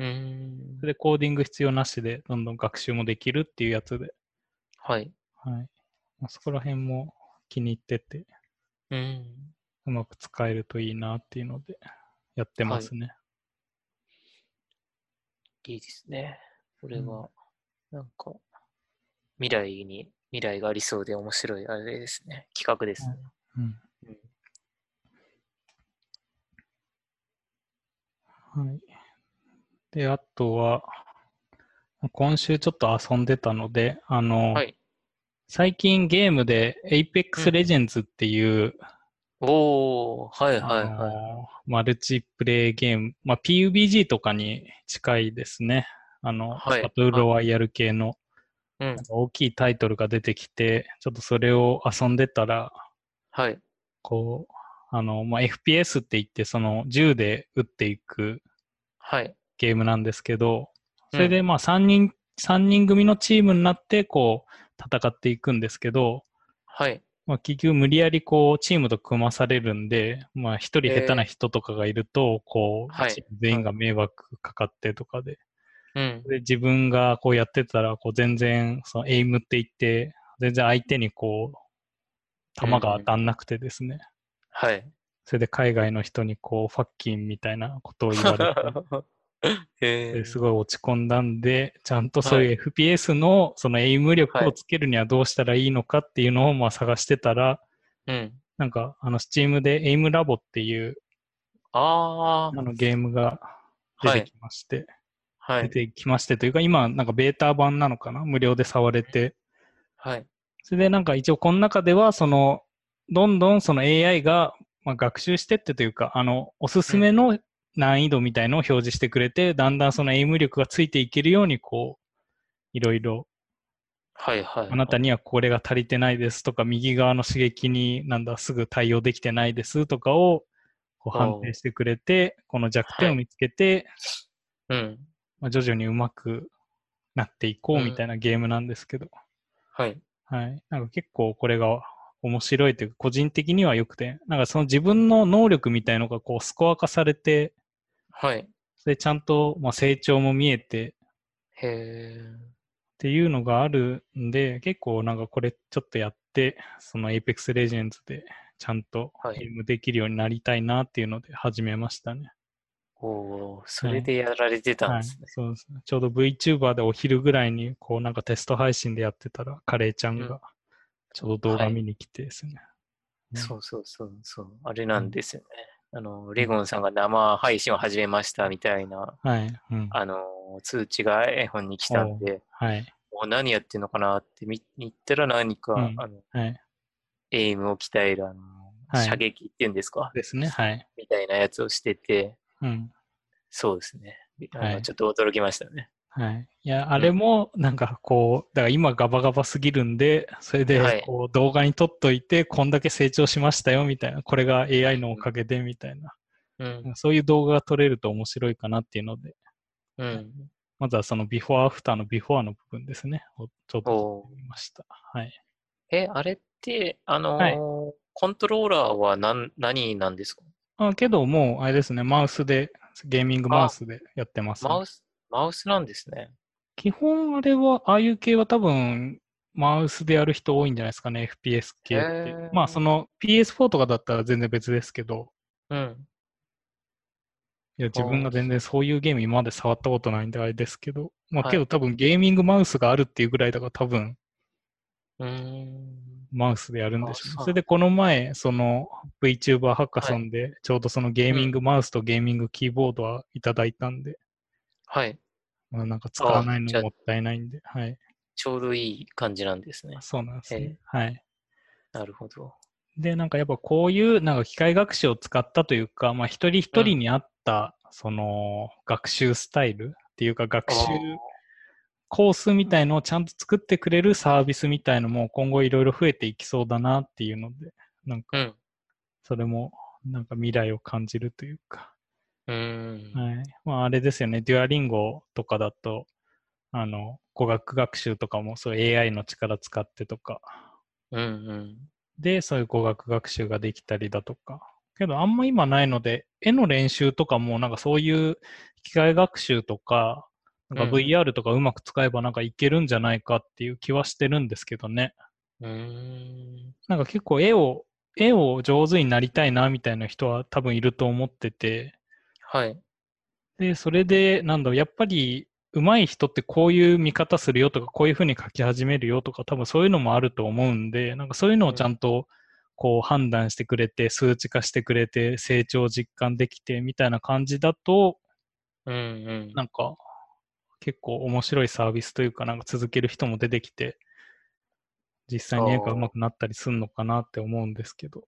A: うーん
B: そ。れでコーディング必要なしで、どんどん学習もできるっていうやつで、
A: はい。
B: はい。まあそこら辺も気に入ってて、
A: うん。
B: うまく使えるといいなっていうので、やってますね。
A: いいですね。これ
B: うん
A: は、なんか、未来に、未来がありそうで面白い、あれですね。企画ですね。
B: うん。はい。で、あとは、今週ちょっと遊んでたので、あの、
A: はい。
B: 最近ゲームで Apex
A: うん
B: Legends っていう、
A: おー、はいはい
B: あの
A: はい。
B: マルチプレイゲーム、まあ、PUBG とかに近いですね。あの、
A: はい
B: バトルロワイヤル系の
A: うん。
B: 大きいタイトルが出てきて、ちょっとそれを遊んでたら、
A: はい。
B: こう、あの、まあ、FPS って言って、その銃で撃っていく
A: はい。
B: ゲームなんですけど、それでまあ3人、三人組のチームになって、こう、戦っていくんですけど、
A: はい。
B: まあ、結局無理やりこう、チームと組まされるんで、まあ一人下手な人とかがいると、こう、
A: はい
B: チーム全員が迷惑かかってとかで、
A: うん。
B: で自分がこうやってたら、こう全然、そのエイムって言って、全然相手にこう、弾が当たんなくてですね。
A: はい。
B: それで海外の人にこう、ファッキンみたいなことを言われ て
A: へ
B: で、
A: え。
B: すごい落ち込んだんで、ちゃんとそういう FPS のそのエイム力をつけるにはどうしたらいいのかっていうのをまあ探してたら、
A: うん。
B: なんか、あの、Steam でエイムラボっていう
A: あ
B: あのゲームが出てきまして、
A: あ、は
B: 出
A: い。
B: てきましてというか、今、なんかベータ版なのかな無料で触れて。
A: はい。
B: それでなんか一応この中では、その、どんどんその AI が、まあ、学習してってというか、あの、おすすめの難易度みたいのを表示してくれて、だんだんそのエイム力がついていけるように、こう、いろいろ、
A: はいはい。
B: あなたにはこれが足りてないですとか、右側の刺激になんだ、すぐ対応できてないですとかを、こう
A: おう
B: 判定してくれて、この弱点を見つけて、
A: うん。
B: まあ、徐々にうまくなっていこうみたいなゲームなんですけど、
A: はい。
B: はい。なんか結構これが面白いというか、個人的には良くて、なんかその自分の能力みたいのがこうスコア化されて、
A: はい。
B: それでちゃんとまあ成長も見えてっ
A: へえ。
B: ていうのがあるんで、結構なんかこれちょっとやって、その Apex Legends でちゃんと
A: はい
B: ゲームできるようになりたいなっていうので始めましたね。
A: おー、それでやられてたん
B: はい。
A: ですね。
B: そうですね。ちょうど VTuber でお昼ぐらいにこうなんかテスト配信でやってたら、カレーちゃん
A: うん
B: がちょうど動画
A: はい
B: 見に来てですね。
A: そううそうそうそう。あれなんですよね。あの、レゴンさんが生配信を始めましたみたいな、
B: ん。はい。うん。
A: あの、通知が絵本に来たんで、
B: はい。
A: もう何やってんのかなって見に行ったら何か、
B: うん
A: あの、
B: はい。
A: エイムを鍛える、あの、
B: はい
A: 射撃っていうんですか
B: ですね、はい。
A: みたいなやつをしてて、
B: うん。
A: そうですね。あ
B: は
A: の
B: い
A: ちょっと驚きましたね。
B: はい。いや、あれも、なんかこう、だから今ガバガバすぎるんで、そ
A: は
B: れ
A: い
B: で、こう、動画に撮っといて、こんだけ成長しましたよ、みたいな。これが AI のおかげで、みたいな。
A: うん。
B: そういう動画が撮れると面白いかなっていうので、
A: うん。
B: まずはそのビフォーアフターのビフォーの部分ですね、をちょっと撮ってみました。はい。
A: え、あれって、あのー
B: はい
A: コントローラーは何、何なんですか
B: あけど、もう、あれですね、マウスで、ゲーミングマウスでやってます、ね
A: マウス、マウスなんですね。
B: 基本、あれは、ああいう系は多分、マウスでやる人多いんじゃないですかね、FPS 系っ
A: へ
B: て
A: ー。
B: まあ、その PS4 とかだったら全然別ですけど、
A: うん。
B: いや、自分が全然そういうゲーム今まで触ったことないんであれですけど、ま
A: は
B: あ
A: い
B: けど多分ゲーミングマウスがあるっていうぐらいだから多分
A: うーん。
B: マウスでやるんでしょうね
A: あそう
B: それでこの前、その VTuber ハッカソンでちょうどそのゲーミングマウスとゲーミングキーボードはいただいたんで、
A: はい。
B: まあなんか使わない
A: あじゃあ
B: のもったいないんで、はい。
A: ちょうどいい感じなんですね。
B: そうなんです
A: え
B: ね
A: え。
B: はい。
A: なるほど。
B: で、なんかやっぱこういうなんか機械学習を使ったというか、まあ一人一人に合った、その学習スタイルっていうか学習
A: あー
B: コースみたいのをちゃんと作ってくれるサービスみたいのも今後いろいろ増えていきそうだなっていうので、なん
A: う
B: か
A: ん。
B: それもなんか未来を感じるというか、
A: うーん。
B: はい。まああれですよね、デュアリンゴとかだと、あの、語学学習とかもそう AI の力使ってとか、
A: うんうん。
B: で、そういう語学学習ができたりだとか。けど、あんま今ないので、絵の練習とかも、なんかそういう機械学習とか、なんか
A: うん
B: VR とかうまく使えばなんかいけるんじゃないかっていう気はしてるんですけどね。
A: うーん。
B: なんか結構絵を、絵を上手になりたいなみたいな人は多分いると思ってて、
A: はい。
B: で、それで、なんだろう、やっぱり上手い人ってこういう見方するよとか、こういうふうに書き始めるよとか、多分そういうのもあると思うんで、なんかそういうのをちゃんとこう判断してくれて、数値化してくれて、成長を実感できてみたいな感じだと、
A: うんうん。
B: なんか結構面白いサービスというか、なんか続ける人も出てきて、実際に絵が上手くなったりするのかなって思うんですけど。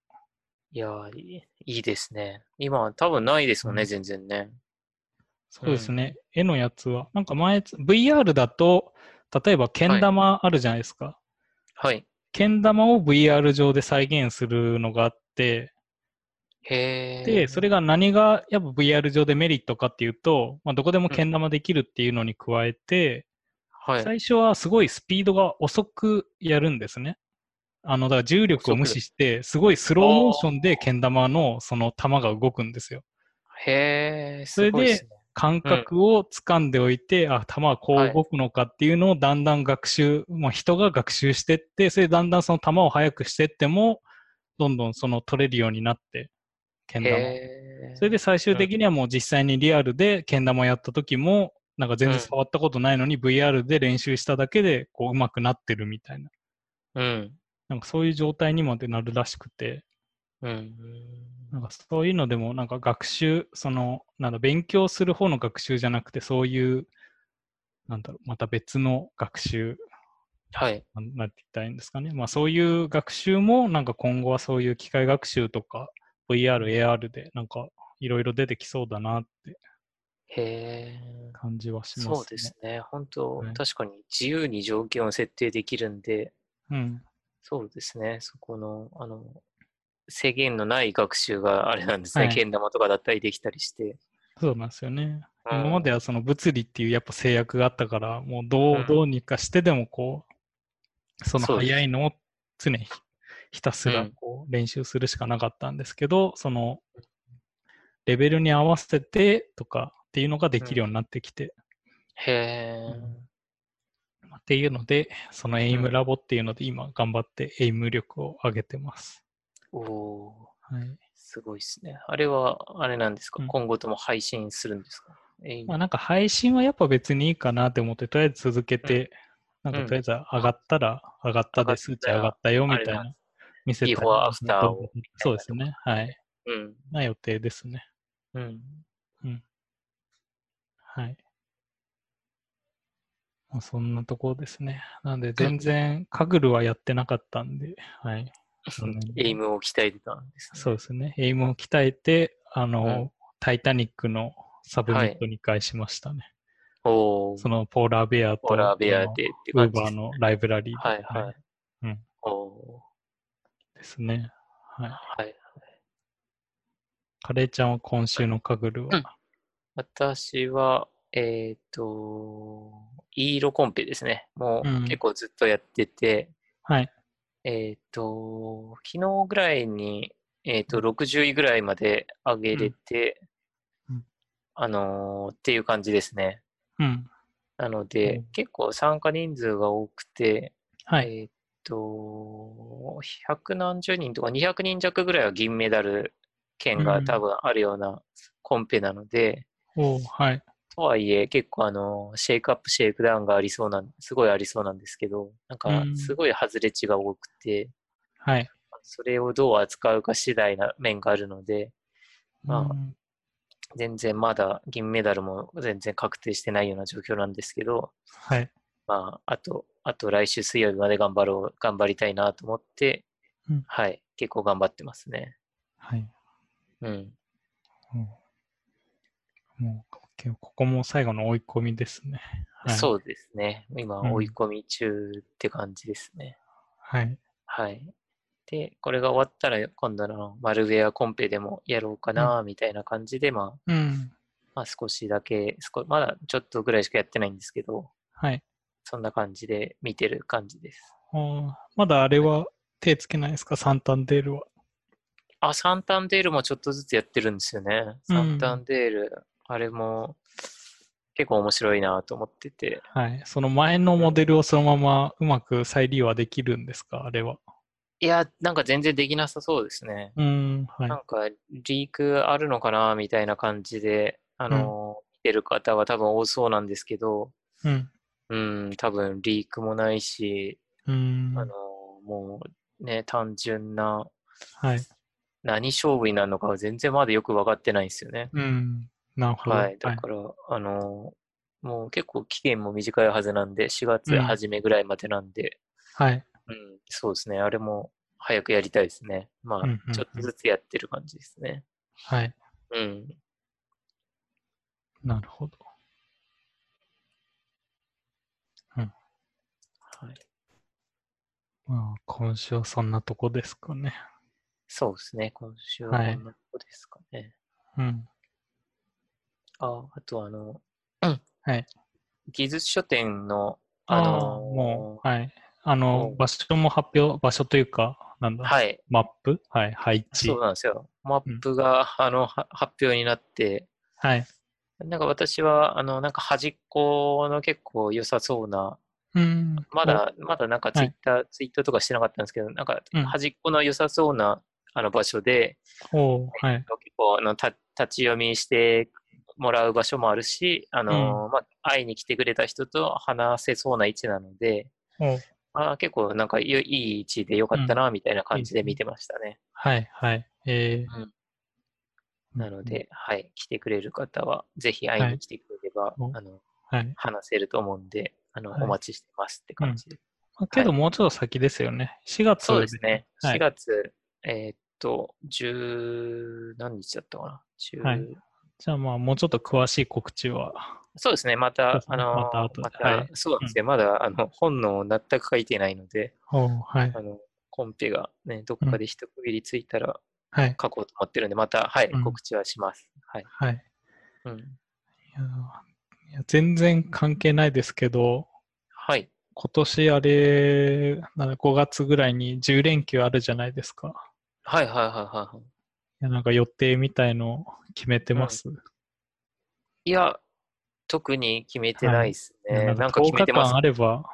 A: いやーいい、いいですね。今は多分ないですもんね、
B: うん
A: 全然ね。
B: そうですね、絵のやつは。なんか前、VR だと、例えばけん玉あるじゃないですか。
A: はい。
B: けん玉を VR 上で再現するのがあって、
A: へえ。
B: で、それが何がやっぱ VR 上でメリットかっていうと、まあ、どこでもけん玉できるっていうのに加えて、
A: はい。
B: 最初はすごいスピードが遅くやるんですね。あの、だから重力を無視して、すごいスローモーションでけん玉のその玉が動くんですよ。
A: へえ、
B: それ
A: す
B: で
A: ごいですね。
B: 感覚を掴んでおいて、あ、球はこう動くのかっていうのをだんだん学習、まあ、人が学習してって、それでだんだんその球を速くしてっても、どんどんその取れるようになって、けん玉を。
A: へえ。
B: それで最終的にはもう実際にリアルでけん玉やった時も、なんか全
A: うん
B: 然触ったことないのに VR で練習しただけで、こう上手くなってるみたいな。
A: うん。
B: なんかそういう状態にまでなるらしくて。
A: うん。
B: なんかそういうのでも、なんか学習、その、なんだ、勉強する方の学習じゃなくて、そういう、なんだろう、また別の学習、
A: はい。
B: なんなんて言ったらいいんですかね。まあそういう学習も、なんか今後はそういう機械学習とか、VR、AR で、なんかいろいろ出てきそうだなって
A: へえ。
B: 感じはしますね。
A: そうですね。本当、
B: はい
A: 確かに自由に条件を設定できるんで、
B: うん。
A: そうですね。そこの、あの、制限のない学習があれなんですね。
B: はい
A: けん玉とかだったりできたりして。
B: そうなんですよね。
A: うん
B: 今まではその物理っていうやっぱ制約があったから、もうど
A: うん
B: うどうにかしてでもこう、その
A: そうです
B: 速いのを常にひたす
A: う
B: ら
A: ん
B: こう練習するしかなかったんですけど、そのレベルに合わせてとかっていうのができるようになってきて、
A: へえ。
B: っていうので、そのエイ
A: う
B: ム
A: ん
B: ラボっていうので今頑張ってエイム力を上げてます。
A: おおー
B: はい。
A: すごいですね。あれは、あれなんですか、
B: うん
A: 今後とも配信するんですかえい
B: まあなんか配信はやっぱ別にいいかなって思って、とりあえず続けて、なん
A: う
B: か
A: ん
B: とりあえず上がったら、
A: 上
B: 上がった
A: がったら
B: で数値上がったよみ
A: あれ
B: たい
A: なん
B: な、見せたり。
A: ビフォーアフターを
B: そうですね。はい。
A: うん。
B: な予定ですね。
A: うん。
B: はい。まあ、そんなところですね。なんで全然、カグルはやってなかったんで、はい。残念
A: エイムを鍛えてたんですね、
B: そうですね。エイムを鍛えて、あの、
A: うん
B: タイタニックのサブミット2回しましたね。
A: おー
B: そ、のポーラーベアと、
A: ポラベアでって
B: ウー
A: 感じで
B: バー
A: す、ね。
B: のライブラリーで,、
A: はいはい。
B: うん
A: おー
B: ですね。はい。
A: はい。
B: カレーちゃんは今週のカグルは、
A: うん私は、えっ、と、イーロコンペですね。もう
B: うん
A: 結構ずっとやってて、
B: はい。
A: えっ、と、昨日ぐらいに、えっ、と、60位ぐらいまで上げれて、
B: うんうん
A: あのーっていう感じですね。
B: うん。
A: なの
B: う
A: で
B: ん、
A: 結構参加人数が多くて、
B: はい。
A: えっ、と、100何十人とか200人弱ぐらいは銀メダル券が多分あるようなコンペなので、
B: おーはい。
A: とはいえ、結構あの、シェイクアップ、シェイクダウンがありそうなん、すごいありそうなんですけど、なんか
B: う、ん
A: すごい外れ値が多くて、
B: はい。
A: それをどう扱うか次第な面があるので、まあ
B: うん
A: 全然まだ銀メダルも全然確定してないような状況なんですけど、
B: はい。
A: まあ、あと、あと来週水曜日まで頑張ろう、頑張りたいなと思って、
B: うん
A: はい、結構頑張ってますね。
B: はい。
A: うん。
B: うんもう、OK ここも最後の追い込みですね。はい、う。
A: そうですね。今、
B: うん
A: 追い込み中って感じですね。
B: はい。
A: はい。で、これが終わったら、今度のマルウェアコンペでもやろうかな、みたいな感じで、まあ、
B: うん。
A: まあ、少しだけ少、まだちょっとぐらいしかやってないんですけど、
B: はい。
A: そんな感じで見てる感じです。
B: おーまだあれは手つけないですかサンタンデールは。
A: あ、サンタンデールもちょっとずつやってるんですよね。
B: うん
A: サンタンデール、あれも結構面白いなと思ってて。
B: はい。その前のモデルをそのままうまく再利用はできるんですかあれは。
A: いや、なんか全然できなさそうですね。
B: うん。はい
A: な。んかリークあるのかな、みたいな感じで、あの、見てる方は多分多そうなんですけど、
B: うん。
A: うん、多分リークもないし、
B: うん。
A: あのもうね、単純な
B: はい。
A: 何勝負になるのかは全然まだよく分かってないんですよね。
B: うん。なるほど。
A: はい、だから、あのもう結構期限も短いはずなんで、4月初めぐらいまでなんで、
B: はい。
A: うん、そうですね、あれも早くやりたいですね。ま
B: うんうんうん
A: あ、ちょっとずつやってる感じですね。
B: はい。
A: うん、
B: なるほど。
A: はい、
B: まあ、今週はそんなとこですかね。
A: そうですね、今週は
B: はい
A: こんなとこですかね。
B: うん。
A: あ、あとあの、
B: はい。
A: 技術書店の、
B: あ
A: あ
B: あ
A: の
B: もう、はい。あ
A: う
B: の
A: ん、
B: 場所も発表、場所というか、なんだ、
A: はい、
B: マップはい、配置
A: そう。なんですよ。マ
B: うん
A: ップが、あのは発表になって、
B: はい。
A: なんか私は、あの、なんか端っこの結構良さそうな、
B: うん。
A: まだ、まだなんか
B: は
A: ツ
B: い
A: イッター、ツイートとかしてなかったんですけど、なんか
B: うん
A: 端っこの良さそうな、あの場所で、
B: お、おーはい。
A: 結構あのた立ち読みしてもらう場所もあるし、あのまあ、会いに来てくれた人と話せそうな位置なので、
B: おー
A: あー結構なんかいいいい位置で良かったな、みたいな感じで見てましたね。
B: はい、はい。えー
A: うんなの。で、はい、来てくれる方は、ぜひ会い
B: はい
A: に来てくれれば、
B: お
A: あの
B: はい。
A: 話せると思うんで、あの、
B: はい
A: お待ちしてますって感じで。
B: まあけど、もうちょっと先ですよね。4月
A: そうですね。
B: はい
A: 4月、えーっと、10、何日だったかな10、
B: はいじゃあ、まあ、もうちょっと詳しい告知は。
A: そうですね。また、
B: そうです
A: あ
B: ね
A: の、
B: また後で
A: また
B: はい
A: そうなんですよ。まだ、あの、本能を全く書いてないので、
B: おーはい
A: あ。の、コンペがね、どっかで一区切りついたら
B: はい。
A: 書こうと思ってるんで、また、はい、
B: うん
A: 告知はします。はい。
B: はい。
A: うん。
B: いやーいや全然関係ないですけど、
A: はい。
B: 今年あれ、なんだ5月ぐらいに10連休あるじゃないですか。
A: はいはいはいはいはい。
B: いやなんか予定みたいの決めてます。
A: いや、特に決めてないです
B: いや
A: ね。なんか
B: 10
A: 決め
B: 日
A: てます
B: 間あ。れば、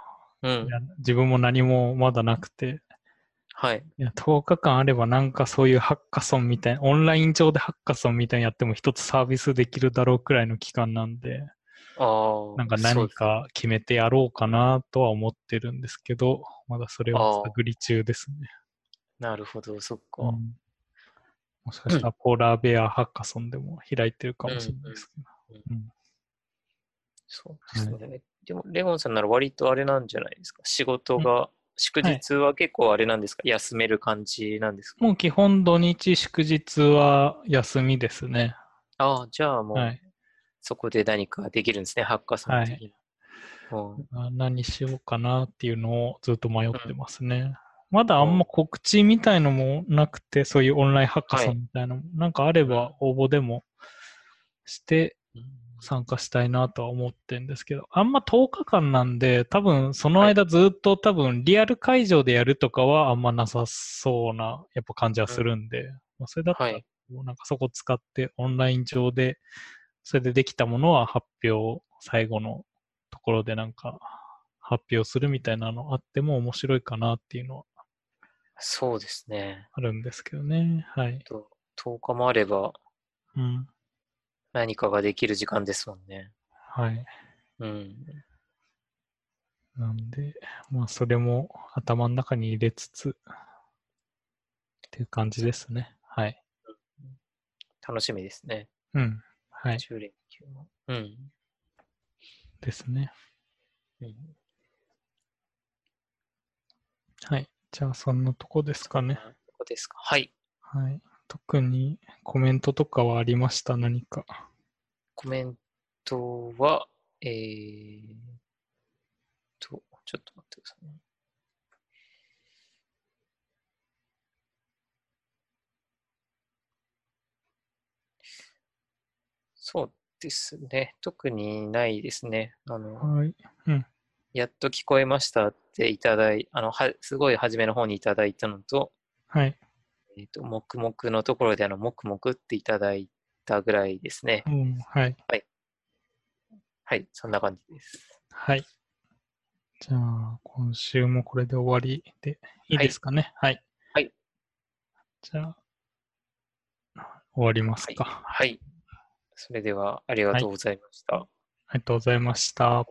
A: うん
B: い。や自分も何もまだなくて、
A: はい。
B: いや10日間あればなんかそういうハッカソンみたいな、オンライン上でハッカソンみたいなのやっても一つサービスできるだろうくらいの期間なんで、
A: ああ。
B: なんか
A: そう
B: 何
A: です
B: か決めてやろうかなとは思ってるんですけど、まだそれ
A: あ
B: を
A: ー
B: 探り中ですね。
A: なるほど、そっか。
B: うんもしかしたらポーラーベアハッカソンでも開いてるかもしれないですけど。
A: そうですね。でも、レゴンさんなら割とあれなんじゃないですか。仕事が、祝
B: はい
A: 日は結構あれなんですか、休める感じなんですか
B: もう基本土日祝日は休みですね。
A: ああ、じゃあもう、
B: はい。
A: そこで何かできるんですね、ハッカソン的な。うん
B: あ何しようかなっていうのをずっと迷ってますね。まだあんま告知みたいのもなくて、そういうオンラインハッカソンみたいなのも、なんかあれば応募でもして参加したいなとは思ってるんですけど、あんま10日間なんで、多分その間ずっと多分リアル会場でやるとかはあんまなさそうなやっぱ感じはするんで、まあそれだったら
A: はい
B: もうなんかそこ使ってオンライン上で、それでできたものは発表、最後のところでなんか発表するみたいなのあっても面白いかなっていうのは
A: そうですね。
B: あるんですけどね。はい。
A: と10日もあれば
B: うん。
A: 何かができる時間ですもんね。
B: はい。
A: うん。
B: なんで、まあそれも頭の中に入れつつっていう感じですね。はい。
A: 楽しみですね。
B: うん。はい。
A: 10連休も。うん。
B: ですね。
A: うん
B: はい。じゃあそんなとこですかね。
A: ここですか。はい。
B: はい。特にコメントとかはありました何か。
A: コメントは、えー、と、ちょっと待ってくださいね。そうですね。特にないですね。あの、
B: はい。
A: やっと聞こえましたっていただい、あの、はすごい初めの方にいただいたのと、
B: はい。
A: えっ、と、黙々のところで、あの、黙々っていただいたぐらいですね。
B: うん。はい。
A: はい、そんな感じです。
B: はい。じゃあ、今週もこれで終わりでいいですかね。はい。
A: はい
B: じゃあ、終わりますか。
A: はい。それでは、ありがとうございました。
B: ありがとうございました。